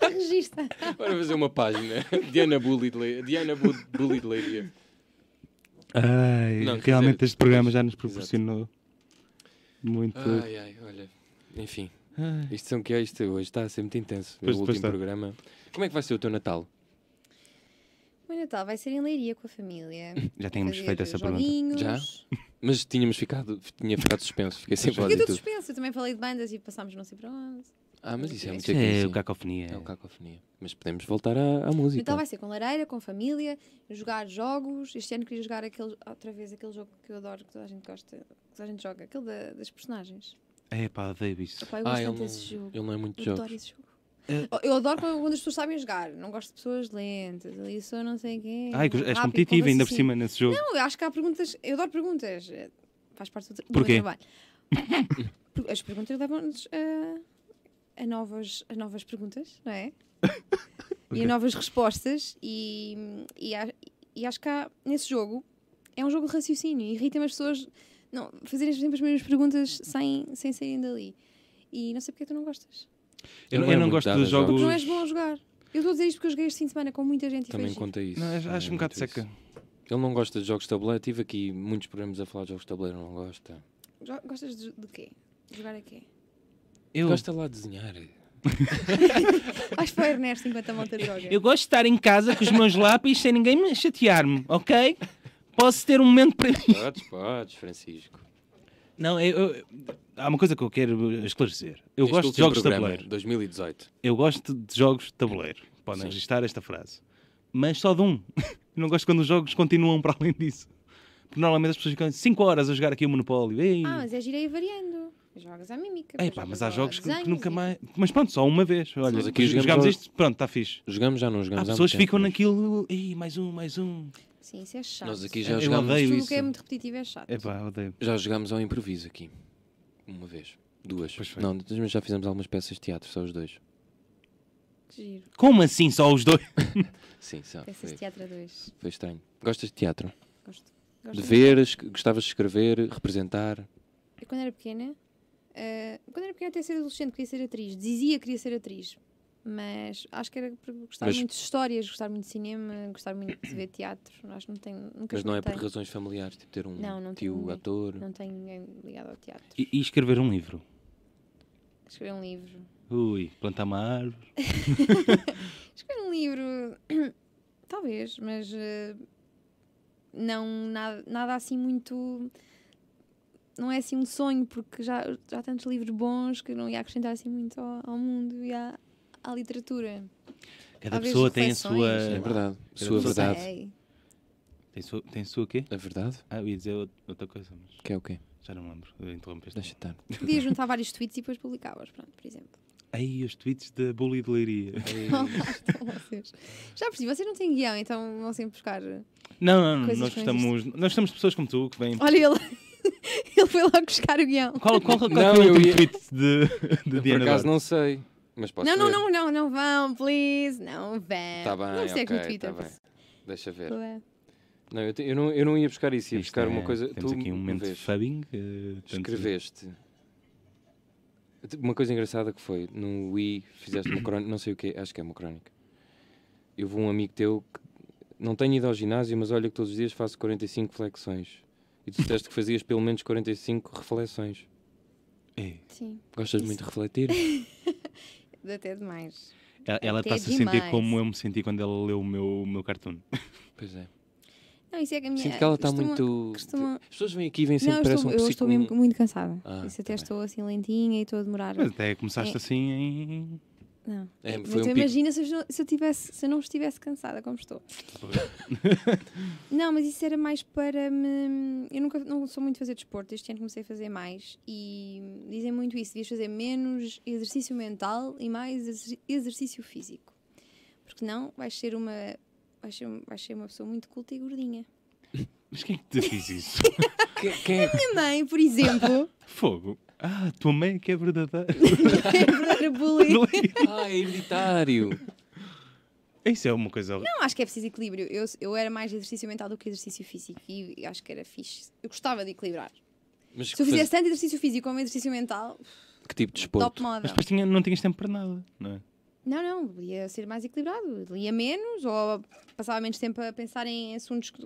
Regista.
Bora fazer uma página. Diana Bully de Leiria. Diana Bu Bully de Leiria.
Ai,
Não, quer
realmente
dizer,
este programa já nos proporcionou muito.
Ai, ai, olha. Enfim, isto são que é isto hoje. Está a ser muito intenso.
Pois-
o
pois
último
está.
programa. Como é que vai ser o teu Natal?
O meu Natal vai ser em Leiria com a família.
Já tínhamos
Fazer
feito essa pergunta.
joguinhos.
Já? Mas tínhamos ficado, tinha ficado suspenso. Fiquei sem voz
Fiquei
e tudo.
tudo suspenso. Eu também falei de bandas e passámos não sei para onde.
Ah, mas isso é muito
Isto é o
aqui,
cacofonia.
sim. É o cacofonia. Mas podemos voltar à, à música.
Natal Então vai ser com lareira, com família, jogar jogos. Este ano queria jogar aquele, outra vez aquele jogo que eu adoro, que toda a gente gosta, que toda a gente joga, aquele da- das personagens.
É pá, Davis.
Epá, eu gosto
Ah, ele
tanto
não,
desse jogo.
ele não é muito
Eu
jogo.
adoro esse jogo.
É.
Oh, Eu adoro quando, quando as pessoas sabem jogar. Não gosto de pessoas lentas. Ali sou não sei quem.
Ai, és
rápido, assim?
competitiva ainda por
raciocínio.
cima nesse jogo.
Não, eu acho que há perguntas. Eu adoro perguntas. eh, Faz parte do, tra- do
Porquê?
meu trabalho. Por- As perguntas levam-nos a, a novas, a novas perguntas, não é? E
Ok.
a novas respostas. E, e, a- e acho que há, nesse jogo é um jogo de raciocínio. Irritam as pessoas não, fazerem sempre as mesmas perguntas sem, sem saírem dali. E não sei porque é que tu não gostas.
Eu,
Ele
eu
é
não
muito
gosto
dado
dos
a
jogos.
jogos.
Porque não és bom a jogar. Eu estou a dizer isto porque eu joguei este fim de semana com muita gente e
Também
foi giro.
conta isso.
Não, acho-
também
acho
é
um bocado
muito isso.
seca.
Ele não gosta de jogos de tabuleiro. Tive aqui muitos programas a falar de jogos de tabuleiro. Não gosta.
Jo- Gostas de, de quê? De Jogar a quê?
Eu,
Gosta lá de desenhar.
Vais para o Ernesto enquanto a monta droga.
gosto de estar em casa com os meus lápis sem ninguém me chatear-me, ok? Posso ter um momento para mim.
Podes, podes, Francisco.
Não, eu- eu- há uma coisa que eu quero esclarecer. Eu
Este
gosto de
último
jogos de
programa,
tabuleiro.
2018.
Eu gosto de jogos de tabuleiro. Podem
Sim.
registrar esta frase. Mas só de um. Não gosto quando os jogos continuam para além disso. Porque normalmente as pessoas ficam 5 horas a jogar aqui o Monopólio. Ei.
Ah, mas é girei variando. Jogas à mímica.
Ei,
depois
pá, mas há
jogas ao
jogos que, que
desenho,
nunca
e-
mais. Mas pronto, só uma vez. Olha,
Nós aqui jogamos
jogámos
ao-
isto, pronto, está fixe.
Jogamos já, não
Há
jogamos. um há
pessoas que
muito tempo,
ficam
mas
naquilo. Ei, mais um, mais um.
Sim, isso é chato.
Nós aqui já
Eu
jogámos.
odeio.
Tudo o
isso.
que é muito repetitivo é chato.
É pá, odeio.
Já jogámos ao improviso aqui. Uma vez. Duas.
Pois foi.
Não, mas já fizemos algumas peças de teatro, só os dois.
Que giro.
Como assim só os dois?
Sim, só.
Peças de
Foi,
teatro a dois.
foi estranho. Gostas de teatro?
Gosto.
De
Gosto.
ver, es- gostavas de escrever, representar?
Eu, quando era pequena, eh, quando era pequena até ser adolescente, queria ser atriz. Dizia que queria ser atriz. Mas acho que era por gostar
Mas-
muito de histórias, gostar muito de cinema, gostar muito de ver teatro. Acho que não tenho, nunca
Mas não é por
experimentei.
razões familiares, tipo ter um
Não, não tenho
tio
ninguém.
ator.
Não tenho ninguém ligado ao teatro.
E, e escrever um livro.
Escrever um livro.
Ui, plantar uma árvore.
Escrever um livro, talvez, mas eh, não nada, nada assim muito. Não é assim um sonho, porque já, já há tantos livros bons que não ia acrescentar assim muito ao, ao mundo e à, à literatura.
Cada
Talvez
pessoa tem a
reflexões,
sua.
É
sei lá.
verdade.
Eu
Sua
não
verdade.
Sei.
Tem sua, tem sua quê?
A verdade?
Ah, eu ia dizer out- outra coisa, mas
Que é o quê?
já não me lembro. Eu Interrompeste.
Deixa estar.
Podia juntar vários tweets e depois publicavas, pronto, por exemplo.
Aí os tweets da Bully de Leiria.
Então, vocês- Já percebi, vocês não têm guião, então vão sempre buscar.
Não, não, não,
Coisas
nós
que não
gostamos. Nós gostamos de pessoas como tu que vêm.
Olha ele, ele foi logo buscar o guião.
Qual, qual, qual
Não,
foi o
eu
último
ia-
tweet de, de
Por
Diana?
acaso
Dor?
não sei. Mas posso
Não, não,
ver.
não, não, não vão, please, não vão.
Está bem,
não segue
ok,
no Twitter. é?
tá bem. Deixa ver.
pessoa.
Não, eu, te- eu não, eu não ia buscar isso, ia
Isto
buscar uma
é-
coisa.
Temos
tu
aqui um momento de
vês.
fubbing. eh, tanto-
Escreveste. Uma coisa engraçada que foi, no Wii fizeste uma crónica, não sei o que, acho que é uma crónica. Eu vou um amigo teu que não tenho ido ao ginásio, mas olha que todos os dias faço 45 flexões. E tu disseste que fazias pelo menos 45 reflexões.
É,
Sim,
Gostas muito de refletir?
até demais.
ela- É, Ela
Até
está-se a sentir
demais.
como eu me senti quando ela leu o meu, o meu cartoon.
Pois é.
Não, isso é que a minha.
Sinto que ela está
costuma-
muito.
costuma-
As pessoas vêm aqui e vêm
Não,
sempre,
eu
parece
estou,
um
eu estou
psico.
mesmo muito cansada.
Ah,
isso
tá
até
bem.
estou assim lentinha e estou a demorar.
Mas até começaste
É.
assim em.
Não.
É, foi
Mas
um
tu
pico.
imagina se eu, não- se eu tivesse, se eu não estivesse cansada como estou. Não, mas isso era mais para me. Eu nunca não sou muito de fazer desporto, este ano comecei a fazer mais e dizem muito isso: devias fazer menos exercício mental e mais exer- exercício físico. Porque não vais ser uma. Vais ser, vais ser uma pessoa muito culta e gordinha.
Mas quem é que te diz isso?
Quem- quem é que-
Minha mãe, por exemplo,
Fogo. Ah, tua mãe é que é verdadeira.
é verdadeira bully.
Ah, é hereditário!
Isso é uma coisa horrível.
Não, acho que é preciso equilíbrio. Eu, eu era mais exercício mental do que exercício físico e acho que era fixe. Eu gostava de equilibrar.
Mas
Se eu
que faz-
fizesse tanto exercício físico como exercício mental,
que tipo de
top
desporto?
Mas
model.
depois tinha- não tinhas tempo para nada, não é?
Não, não, podia ser mais equilibrado. Lia menos ou passava menos tempo a pensar em assuntos que.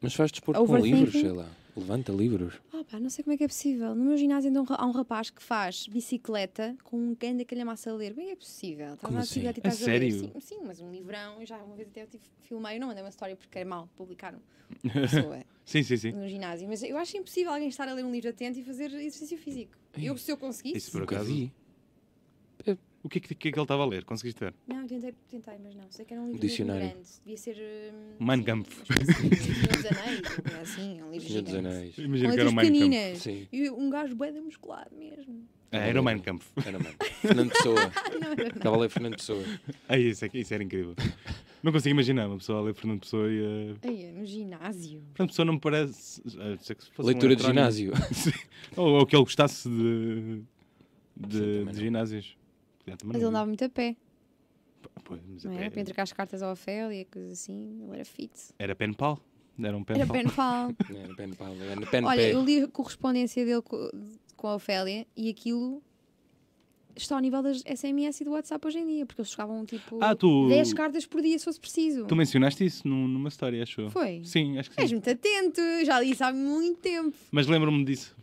Mas faz desporto com livros,
Overthinking.
sei lá. Levanta livros.
Ah, pá, não sei como é que é possível. No meu ginásio ainda há um ra- há um rapaz que faz bicicleta com um grande calhamaço a ler. Como é que é possível? Estás
Como
na
assim?
bicicleta e
A
estás a ler.
sério?
Sim, sim, mas um livrão. Eu Já uma vez até eu tive, filmei, eu não mandei uma história porque era mal publicar um, uma pessoa
Sim, sim, sim.
no ginásio. Mas eu acho impossível alguém estar a ler um livro atento e fazer exercício físico. Eu, se eu conseguisse.
Isso por
Nunca
acaso.
vi.
O que é que, que é que ele estava a ler? Conseguiste ver?
Não, tentei, tentei, mas não. Sei que era um livro
Dicionário.
mesmo grande. Devia ser. hum,
Mein
sim,
Kampf.
uma espécie de Senhor um dos Anéis, ou coisa assim, é um livro
Senhor dos
gigante.
Anéis.
Com
Imagino que era
letras
o Minecamp.
pequeninas.
Sim.
E um gajo bem musculado mesmo.
Ah, era o Minecamp.
Era mesmo. Fernando Pessoa.
Não, era
Estava a ler Fernando Pessoa.
Ah, isso, é que- isso era incrível. não consigo imaginar uma pessoa a ler Fernando Pessoa e. eh,
Ai, é no ginásio.
Fernando Pessoa não me parece. a não ser que fosse um
Leitura de
heterónimo.
ginásio.
Ou, ou que ele gostasse de. de,
também não.
de ginásios. Já também
Mas ele
não
andava muito a pé,
Pois, mas é,
não
até-
era? Para entregar as cartas ao Ofélia e coisas assim. Ele era fit.
Era pen pal. Era um pen
Era
pal.
pen pal.
Não Era É, pen pal. Era pen
Olha,
pé.
eu li a correspondência dele co- com a Ofélia e aquilo está ao nível das SMS e do WhatsApp hoje em dia, porque eles chegavam tipo
Ah, tu-
10 cartas por dia se fosse preciso.
Tu mencionaste isso num- numa história, acho eu.
Foi?
Sim, acho que
És
sim.
muito atento, já li isso há muito tempo.
Mas lembro-me disso.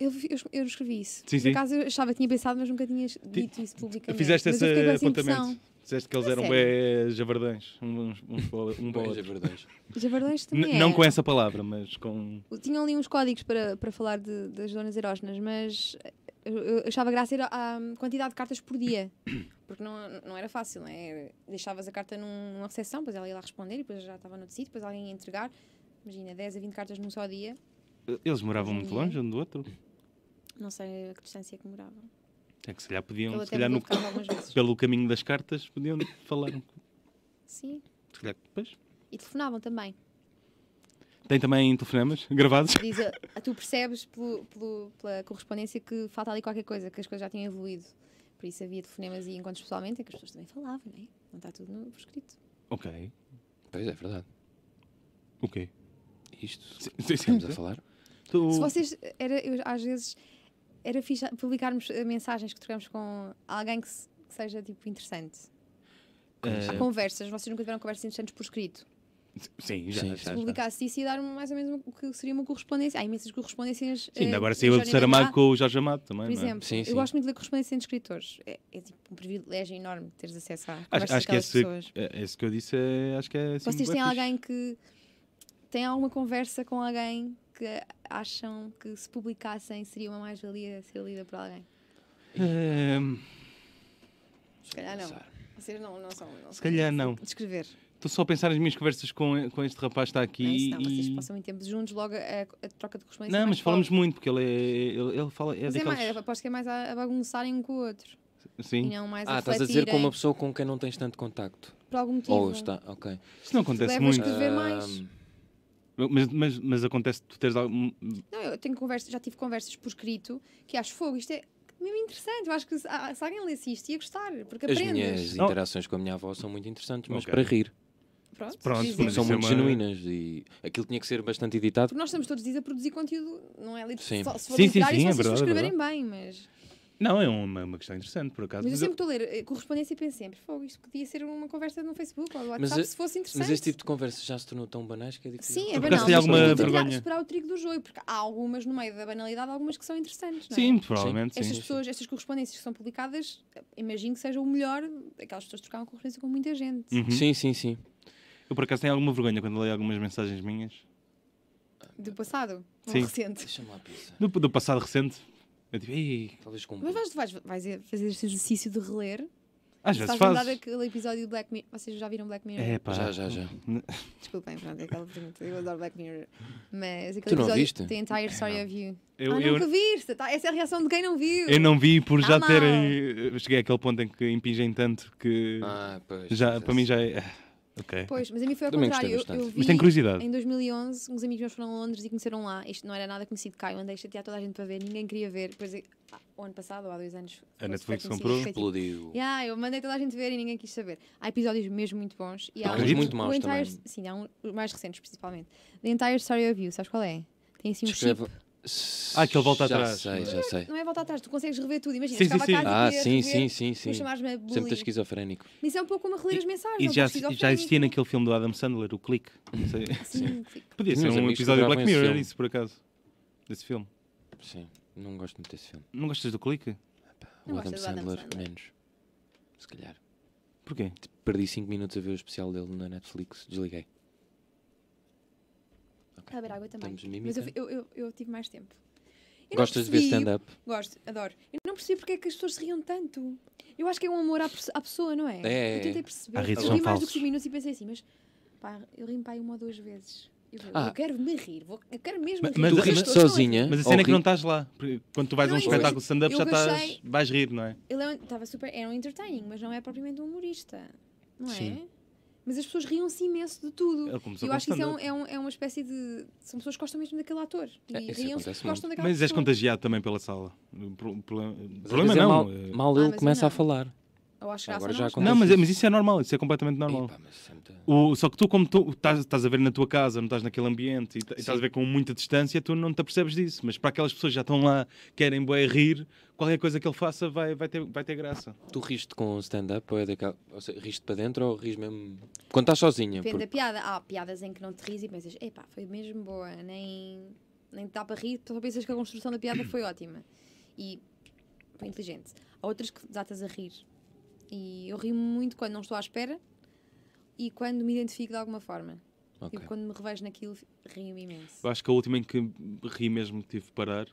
Eu, vi- eu, eu escrevi isso.
Sim,
Por
sim.
acaso eu achava que tinha pensado, mas nunca tinha dito isso publicamente.
Fizeste
é? mas
esse
eu fiquei com essa
apontamento. Dizeste que eles
A
eram
sério?
bué javardães. Uns, uns para o- um para o
Pois, é
outro.
verdade.
impressão. Javardões também
N- Não
é.
com essa palavra, mas com.
Tinham ali uns códigos para, para falar de- das zonas erógenas, mas eu, eu achava graça era a quantidade de cartas por dia. Porque não, não era fácil, não é? Deixavas a carta num- numa recepção, depois ela ia lá responder, e depois já estava no sítio, depois alguém ia entregar. Imagina, 10 a 20 cartas num só dia.
Eles moravam
Hoje em
muito longe
dia.
um do outro.
Não sei a que distância que morava.
É que se calhar podiam,
Ele
se
até
calhar
mudou
no,
de casa algumas vezes.
pelo caminho das cartas, podiam falar. um-
Sim.
Se calhar, pois.
E telefonavam também.
Tem também telefonemas gravados.
Diz, a- a- tu percebes pelo, pelo- pela correspondência que falta ali qualquer coisa, que as coisas já tinham evoluído. Por isso havia telefonemas e encontros pessoalmente em que as pessoas também falavam, não é? Não está tudo no, por escrito.
Ok.
Pois é verdade.
Ok.
Isto
Sim, sim, sim.
estamos a falar.
Tu-
Se vocês. Era, eu, às vezes era fixe publicarmos eh, mensagens que trocamos com alguém que, se- que seja tipo interessante.
eh, Ah,
Há conversas, vocês nunca tiveram conversas interessantes por escrito.
sim, já,
Sim,
já, já.
sim.
Se publicasse isso ia dar um, mais ou menos o que seria uma correspondência. Há imensas correspondências.
Sim, ainda
eh,
agora
do
saiu a do
Jorge
Saramago
Matar,
com o Jorge Amado também.
Por
não é?
exemplo,
Sim, sim.
eu gosto muito de ler correspondência entre escritores. É, é tipo um privilégio enorme teres acesso à
Acho,
conversa
acho que
daquelas
esse,
pessoas.
é- esse que eu disse é, acho que é assim,
Vocês
bué
têm
fixe.
alguém que tem alguma conversa com alguém que acham que se publicassem seria uma mais-valia ser lida por alguém?
Ehm,
Se calhar não. Vocês não, não são. Não
se
são-
calhar não.
Descrever.
Estou só a pensar nas minhas conversas com, com este rapaz que está aqui.
não, é isso, não,
e-
vocês passam muito tempo juntos, logo a, a troca de correspondência. é
Não,
mais
mas falamos
forte.
muito, porque ele, é, ele, ele fala. É
Mas é
daqueles-
mais, aposto que é mais a, a bagunçarem um com o outro. E
Sim.
não mais
Ah,
a
estás a dizer com
refletirem
uma pessoa com quem não tens tanto contacto.
por algum motivo.
Ou está, Ah, hum. ok.
Isso não acontece
levas
muito.
que- Escrever mais.
Ahm,
Mas, mas, mas acontece tu teres algum.
Não, eu tenho conversas, já tive conversas por escrito que acho fogo. Isto é mesmo interessante. Eu acho que se, ah, se alguém lesse isto ia gostar, porque
as
aprendes.
minhas
Não.
interações com a minha avó são muito interessantes, mas
Ok.
para rir.
Pronto,
Pronto,
por exemplo.
mas
são
isso é
muito
uma-
genuínas e aquilo tinha que ser bastante editado.
Porque nós estamos todos os dias a produzir conteúdo, não é? Lit-
Sim.
Só, se for
Sim, sim,
literário,
sim,
só
é
se vocês
verdade, é
escreverem bem, mas...
Não, é uma, uma questão interessante, por acaso.
Mas eu
Mas
sempre estou a ler eh, correspondência e penso sempre, fogo, isto podia ser uma conversa no Facebook ou no WhatsApp,
eh,
se fosse interessante.
Mas este tipo de conversa já se tornou tão banais que é difícil.
Sim, é
Tu
banal.
tem
mas
alguma
temos de tirar-
vergonha?
separar o trigo do joio, porque há algumas no meio da banalidade, algumas que são interessantes, não é?
Sim, provavelmente, sim.
Estas pessoas, estas correspondências que são publicadas, eh, imagino que seja o melhor, aquelas pessoas trocavam correspondência com muita gente.
Uhum.
Sim, sim, sim.
Eu por acaso tenho alguma vergonha quando leio algumas mensagens minhas.
Do passado, ou
Sim.
recente.
Deixa-me lá pensar.
Do, do passado recente. Eu digo, "Ei",
Talvez com. um
Mas vais, vais, vais fazer este exercício de reler.
às
Estás
vezes
lembrado
fazes.
daquele episódio do Black Mirror? Vocês já viram Black Mirror?
É, pá.
Já, já, já.
Desculpem, pronto, é aquela pergunta. Eu adoro Black Mirror. Mas aquele
Tu não
episódio,
viste?
The Entire Story of You.
Eu,
ah,
eu,
nunca viste! Tá, essa é a reação de quem não viu.
eu não vi por
Tá
já
mal.
terem. eu Cheguei àquele ponto em que impingem tanto que.
Ah, pois.
já, para mim já é. Ok.
Pois, mas a mim foi ao
Também
contrário. Eu,
gostei
eu
bastante.
vi
Mas tenho curiosidade.
em 2011, uns amigos meus foram a Londres e conheceram lá. Isto não era nada conhecido cá. Eu andei a chatear toda a gente para ver. Ninguém queria ver. Depois, eh, ah, o ano passado, ou há dois anos. foi
Netflix
super conhecido,
comprou.
foi tipo,
Explodiu.
Yeah, eu mandei toda a gente ver e ninguém quis saber. Há episódios mesmo muito bons. E
Há
há
uns muito
o
maus
Entire-
também.
Sim, há um, os mais recentes, principalmente. The Entire Story of You, sabes qual é? Tem assim um chip.
Escreve-
Ah, que ele volta
já
atrás.
Sei, já sei.
Não é volta atrás, tu consegues rever tudo. Imagina,
Sim,
chegava
sim,
a
sim.
casa
Ah,
e queria
sim,
rever,
sim, sim, sim.
Tu chamares-me a
Sempre
bully.
estás esquizofrénico.
Isso é um pouco como reler as mensagens.
E
não
já,
foste
e já existia
esquizofrénico.
naquele filme do Adam Sandler, o Clique. Não sei.
Sim, sim.
Podia
Tinha
ser
uns
um
amigos que
episódio de
adoravam
Black
esse
Mirror,
filme.
isso por acaso. Desse filme.
Sim, não gosto muito desse filme.
Não gostas do Clique?
O
Não
Adam
gostas do Adam
Sandler,
Sandler?
menos. Se calhar.
Porquê?
Perdi 5 minutos a ver o especial dele na Netflix, desliguei.
Está a beber água também.
Estamos a mimicar.
Mas eu, eu, eu, eu tive mais tempo. Eu não
Gostas de ver
percebi-
stand-up?
Gosto, adoro. Eu não percebi porque é que as pessoas se riam tanto. Eu acho que é um amor à, perso- à pessoa, não é?
É.
Eu tentei perceber.
Há risos
eu
são
ri mais do
falsos.
que 5 minutos e pensei assim, mas pá, eu ri para aí uma ou duas vezes. Eu, vou-
Ah.
eu quero me rir, vou, eu quero mesmo
Mas-
rir.
mas
tu
a-
Porque as
riste
pessoas estão a
sozinha.
Mas a
ou
cena é que não
ri-
estás lá. Porque Quando tu vais a um
Não, eu-
espetáculo de stand-up
eu
já estás.
achei-
vais rir, não é?
Ele é um- estava super, era um entertaining, mas não é propriamente um humorista, não é?
Sim.
Mas as pessoas riam-se imenso de tudo.
Ele começou
Eu
com
acho que isso é, um-
stand-up.
é, um- é uma espécie de. São pessoas que gostam mesmo daquele ator. E
É, isso
riam-se
acontece
porque gostam daquela
Mas és
pessoa.
contagiado também pela sala. O pro- problema
Mas às
problema
vezes é
não. eh,
mal- Mal,
Ah,
ele
mas eu
começa a
não.
falar.
Eu acho graça,
Agora
não
já
acho
acontece.
Não, mas, é- mas isso é normal, isso é completamente normal.
Epá, mas isso é muito-
O, só que tu, como tu estás, estás a ver na tua casa, não estás naquele ambiente e, t- e estás
Sim.
a ver com muita distância, tu não te apercebes disso. Mas para aquelas pessoas que já estão lá, querem bué rir, qualquer coisa que ele faça vai, vai, ter, vai ter graça.
Tu riste com o stand-up ou é daquela. Ou seja, riste para dentro ou riste mesmo. Quando estás sozinha.
Depende da
Porque...
piada. Há piadas em que não te rires e pensas, epá, foi mesmo boa, nem, nem te dá para rir, só pensas que a construção da piada foi ótima e foi inteligente. Há outras que desatas a rir. E eu rio muito quando não estou à espera e quando me identifico de alguma forma.
Ok.
Tipo, quando me revejo naquilo, rio imenso.
Eu acho que a última em que ri mesmo que tive de parar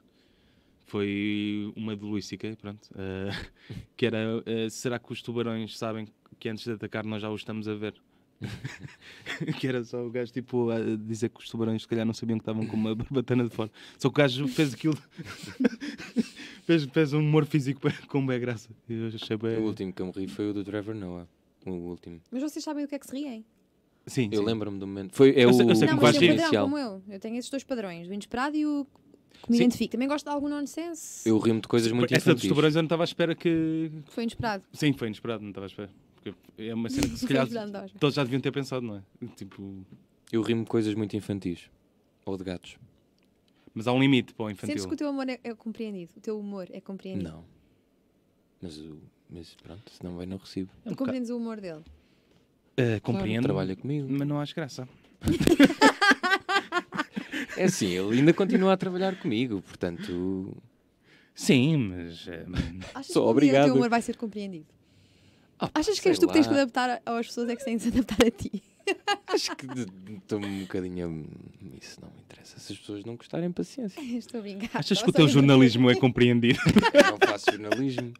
foi uma de Luís C.K., pronto. eh, que era, eh, será que os tubarões sabem que antes de atacar nós já os estamos a ver? que era só o gajo tipo a dizer que os tubarões se calhar não sabiam que estavam com uma barbatana de fora. Só que o gajo fez aquilo. fez, fez um humor físico com bem graça. Eu achei bem.
O último que eu me ri foi o do Trevor Noah. O último.
Mas vocês sabem do que é que se riem?
Sim,
Eu
sim.
lembro-me do momento. Foi, é
Eu
o
sei- eu sei
não,
como vais
mas é
rir.
um padrão
inicial.
como eu. Eu tenho esses dois padrões, o inesperado e o que me
Sim.
identifico. Também gosto de algum nonsense
Eu rimo de coisas muito
Essa dos
infantis.
tubarões eu não estava à espera que.
que foi inesperado.
Sim, foi inesperado, não estava à espera. Porque é uma cena que se
Foi
calhar
inesperado, não estava à espera.
todos já deviam ter pensado, não é? Tipo.
Eu rimo de coisas muito infantis. Ou de gatos.
Mas há um limite para o
Sentes
infantil.
que o teu amor é, é compreendido? O teu humor é compreendido?
Não. Mas, o- mas pronto, se não vai, não recebo.
É
Tu
um bocado-
compreendes o humor dele?
Eh, compreendo.
trabalha comigo.
Mas não acho graça.
É assim, ele ainda continua a trabalhar comigo, portanto.
Sim, mas. eh,
Achas
Só
que um dia o
obrigado.
teu humor vai ser compreendido?
ah, pá,
Achas que
sei
és tu que tens que
lá.
adaptar a- às pessoas é que têm de se adaptar a ti?
Acho que estou-me um bocadinho. a- Isso não me interessa. Se as pessoas não gostarem, paciência.
Estou a brincar.
achas que
Estava
o teu
Tá, só a brincar.
jornalismo é compreendido?
Eu não faço jornalismo.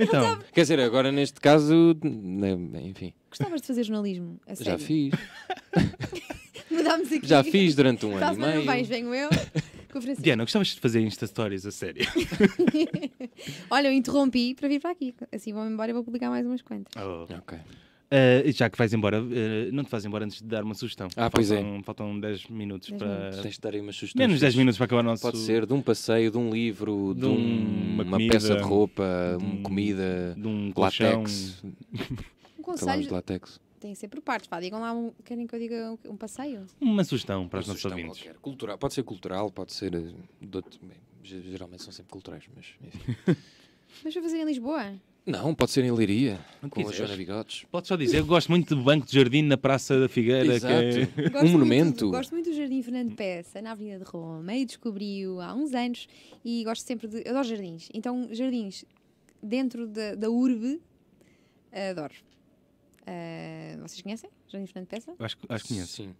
então,
Quer dizer, agora neste caso. né, Enfim,
Gostavas de fazer jornalismo? A
já
sério?
fiz.
Mudámos aqui.
Já fiz durante um
Para a
ano e
semana não
meio.
vais, venho eu. Com o Francisco.
Diana, gostavas de fazer Insta Stories a sério?
Olha, eu interrompi para vir para aqui. Assim vou-me embora e vou publicar mais umas quantas.
Oh.
Ok.
Eh, já que vais embora, eh, não te vais embora antes de dar uma sugestão.
Ah, pois é.
Faltam- Faltam 10 minutos
Dez
para.
Tu Tens de dar aí umas sugestões.
Menos 10
fixes.
minutos para acabar o nosso.
Pode ser de um passeio, de um livro, de,
De
um-
uma
uma,
comida,
peça de roupa,
de um-
uma comida,
De um colchão.
látex.
Um
Falámos de
conselho
látex.
tem que ser por partes. Vá, digam lá, um, querem que eu diga um, um passeio?
Uma sugestão para
Uma
os nossos
sugestão
ouvintes.
qualquer. Cultural. Pode ser cultural, pode ser. eh, de outro- bem, ge- geralmente são sempre culturais, mas. enfim.
Mas vou fazer em Lisboa.
Não, pode ser em Leiria,
Não
com a
quiseres.
Joana Bigotes.
Pode só dizer, eu gosto muito do Banco de Jardim na Praça da Figueira.
Exato.
Que é-
Gosto
Um
muito
monumento.
do- gosto muito do Jardim Fernando Peça, na Avenida de Roma, e descobri-o há uns anos. E gosto sempre de. Eu adoro jardins. Então, jardins dentro da, da urbe, eh, adoro. Ah, vocês conhecem? Jardim Fernando Peça?
é... acho, que- acho que conheço.
Sim.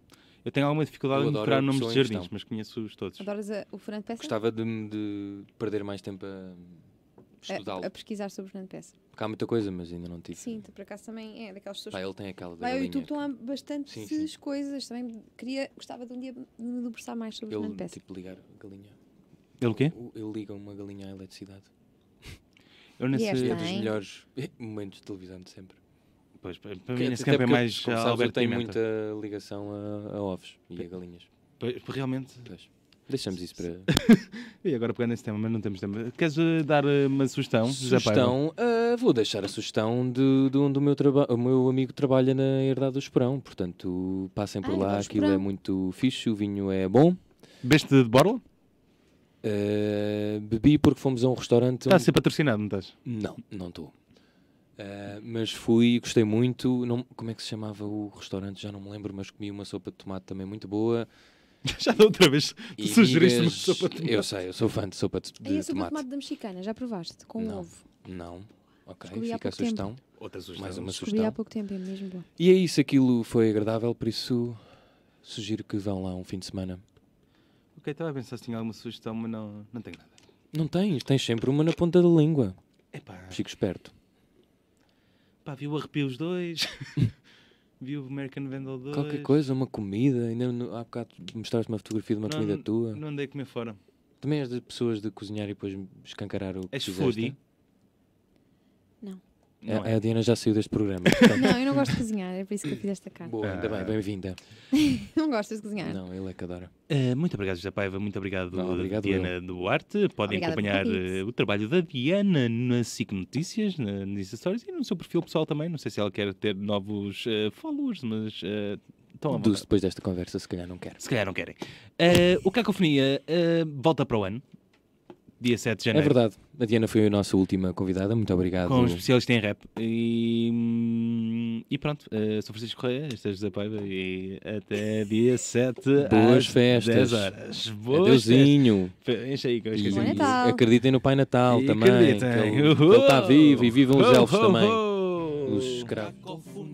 Eu tenho alguma dificuldade
Eu
em
adoro
decorar
a
nomes de
pessoa em
jardins,
questão.
mas conheço-os todos.
Adoras a- o Fernando Peça?
Gostava de, de perder mais tempo a
a, É,
estudá-lo.
Eh, a pesquisar sobre o Fernando Peça.
Porque há muita coisa, mas ainda não tive.
Sim, então, por acaso também é daquelas pessoas
Pá, ele tem aquela da
Vai ao
galinha.
YouTube, estão há bastantes
Sim, sim.
coisas. Também queria, gostava de um dia me debruçar mais sobre o
Ele,
Fernando Peça.
tipo, ligar a galinha.
Ele o quê?
O- Ele liga uma galinha à eletricidade.
Eu nesse...
É
esta?
dos
Bem.
melhores momentos de televisão de sempre.
Pois, para para mim, esse
Até
campo é
porque,
mais
como sabes,
Alberto
eu tenho
Pimenta.
muita ligação a, a ovos e a galinhas.
Pois, realmente.
Pois. Deixamos isso para.
Então, E agora pegando nesse tema, mas não temos tempo. Queres eh, dar eh, uma sugestão? José Paiva?
sugestão. ah, vou deixar a sugestão de, de onde o meu, traba- o meu amigo trabalha na Herdade do Esperão. Portanto, passem por
Ah, Herdade
lá,
do
aquilo é
Esperão.
muito fixe, o vinho é bom.
Beste de Borla?
Ah, bebi porque fomos a um restaurante.
Está a
onde-
ser patrocinado, não estás?
Não, não estou. mas fui, gostei muito. Não, como é que se chamava o restaurante? Já não me lembro, mas comi uma sopa de tomate também muito boa.
Já da outra vez
E
sugeriste uma
migas-
sopa de tomate.
Eu sei, eu sou fã de sopa de, de
Aí a sopa de
tomate.
tomate da mexicana, já provaste? Com
Não.
ovo.
Não. Ok,
Descobri há
fica a
pouco tempo.
sugestão.
Outra sugestão.
Mais uma
Descobri há
sugestão.
pouco tempo, é mesmo bom.
E é isso, aquilo foi agradável, por isso sugiro que vão lá um fim de semana.
Ok, estava a pensar se tinha alguma sugestão, mas não, não tenho nada.
Não tens, tens sempre uma na ponta da língua.
Epá,
Fico esperto.
pá, vi o Arrepios 2, vi o American Vandal 2.
Qualquer coisa, uma comida. Ainda no- há bocado mostraste uma fotografia de uma
Não-
comida tua.
Não andei a comer fora.
Também és de pessoas de cozinhar e depois escancarar o que
És
fizeste?
foodie?
É-
Não é.
é, A Diana já saiu deste programa. portanto-
Não, eu não gosto de cozinhar, é por isso que eu fiz esta cara.
Boa, ainda
Ah.
bem, bem-vinda.
Não gostas de cozinhar?
Não, ele é que adora.
Eh, muito obrigado, José Paiva. Muito obrigado,
Não, obrigado
Diana Duarte. Podem
Obrigada pelo
acompanhar
convite.
eh, o trabalho da Diana na SIC Notícias, na nas Insta Stories e no seu perfil pessoal também. Não sei se ela quer ter novos eh, followers, mas eh, estão a
Dulce, depois desta conversa, se calhar não quer.
Se calhar não querem. Eh, o Cacofonia eh, volta para o ano, dia 7 de
É
janeiro.
verdade, a Diana foi a nossa última convidada, muito obrigado.
né? Com um especialista em rap. E, hum, e pronto, eh, sou Francisco Correia, este é José Paiva e até dia 7
Boas
às
festas.
10 horas. Boas festas.
Adeusinho.
Fe- Enche aí é. que eu
E
esqueci.
Bom Natal.
acreditem no Pai Natal
E
também. que
acreditem.
Ele ele está
Uhul.
vivo e vivam os
Ho,
elfos
ho,
também.
ho.
Os escravos.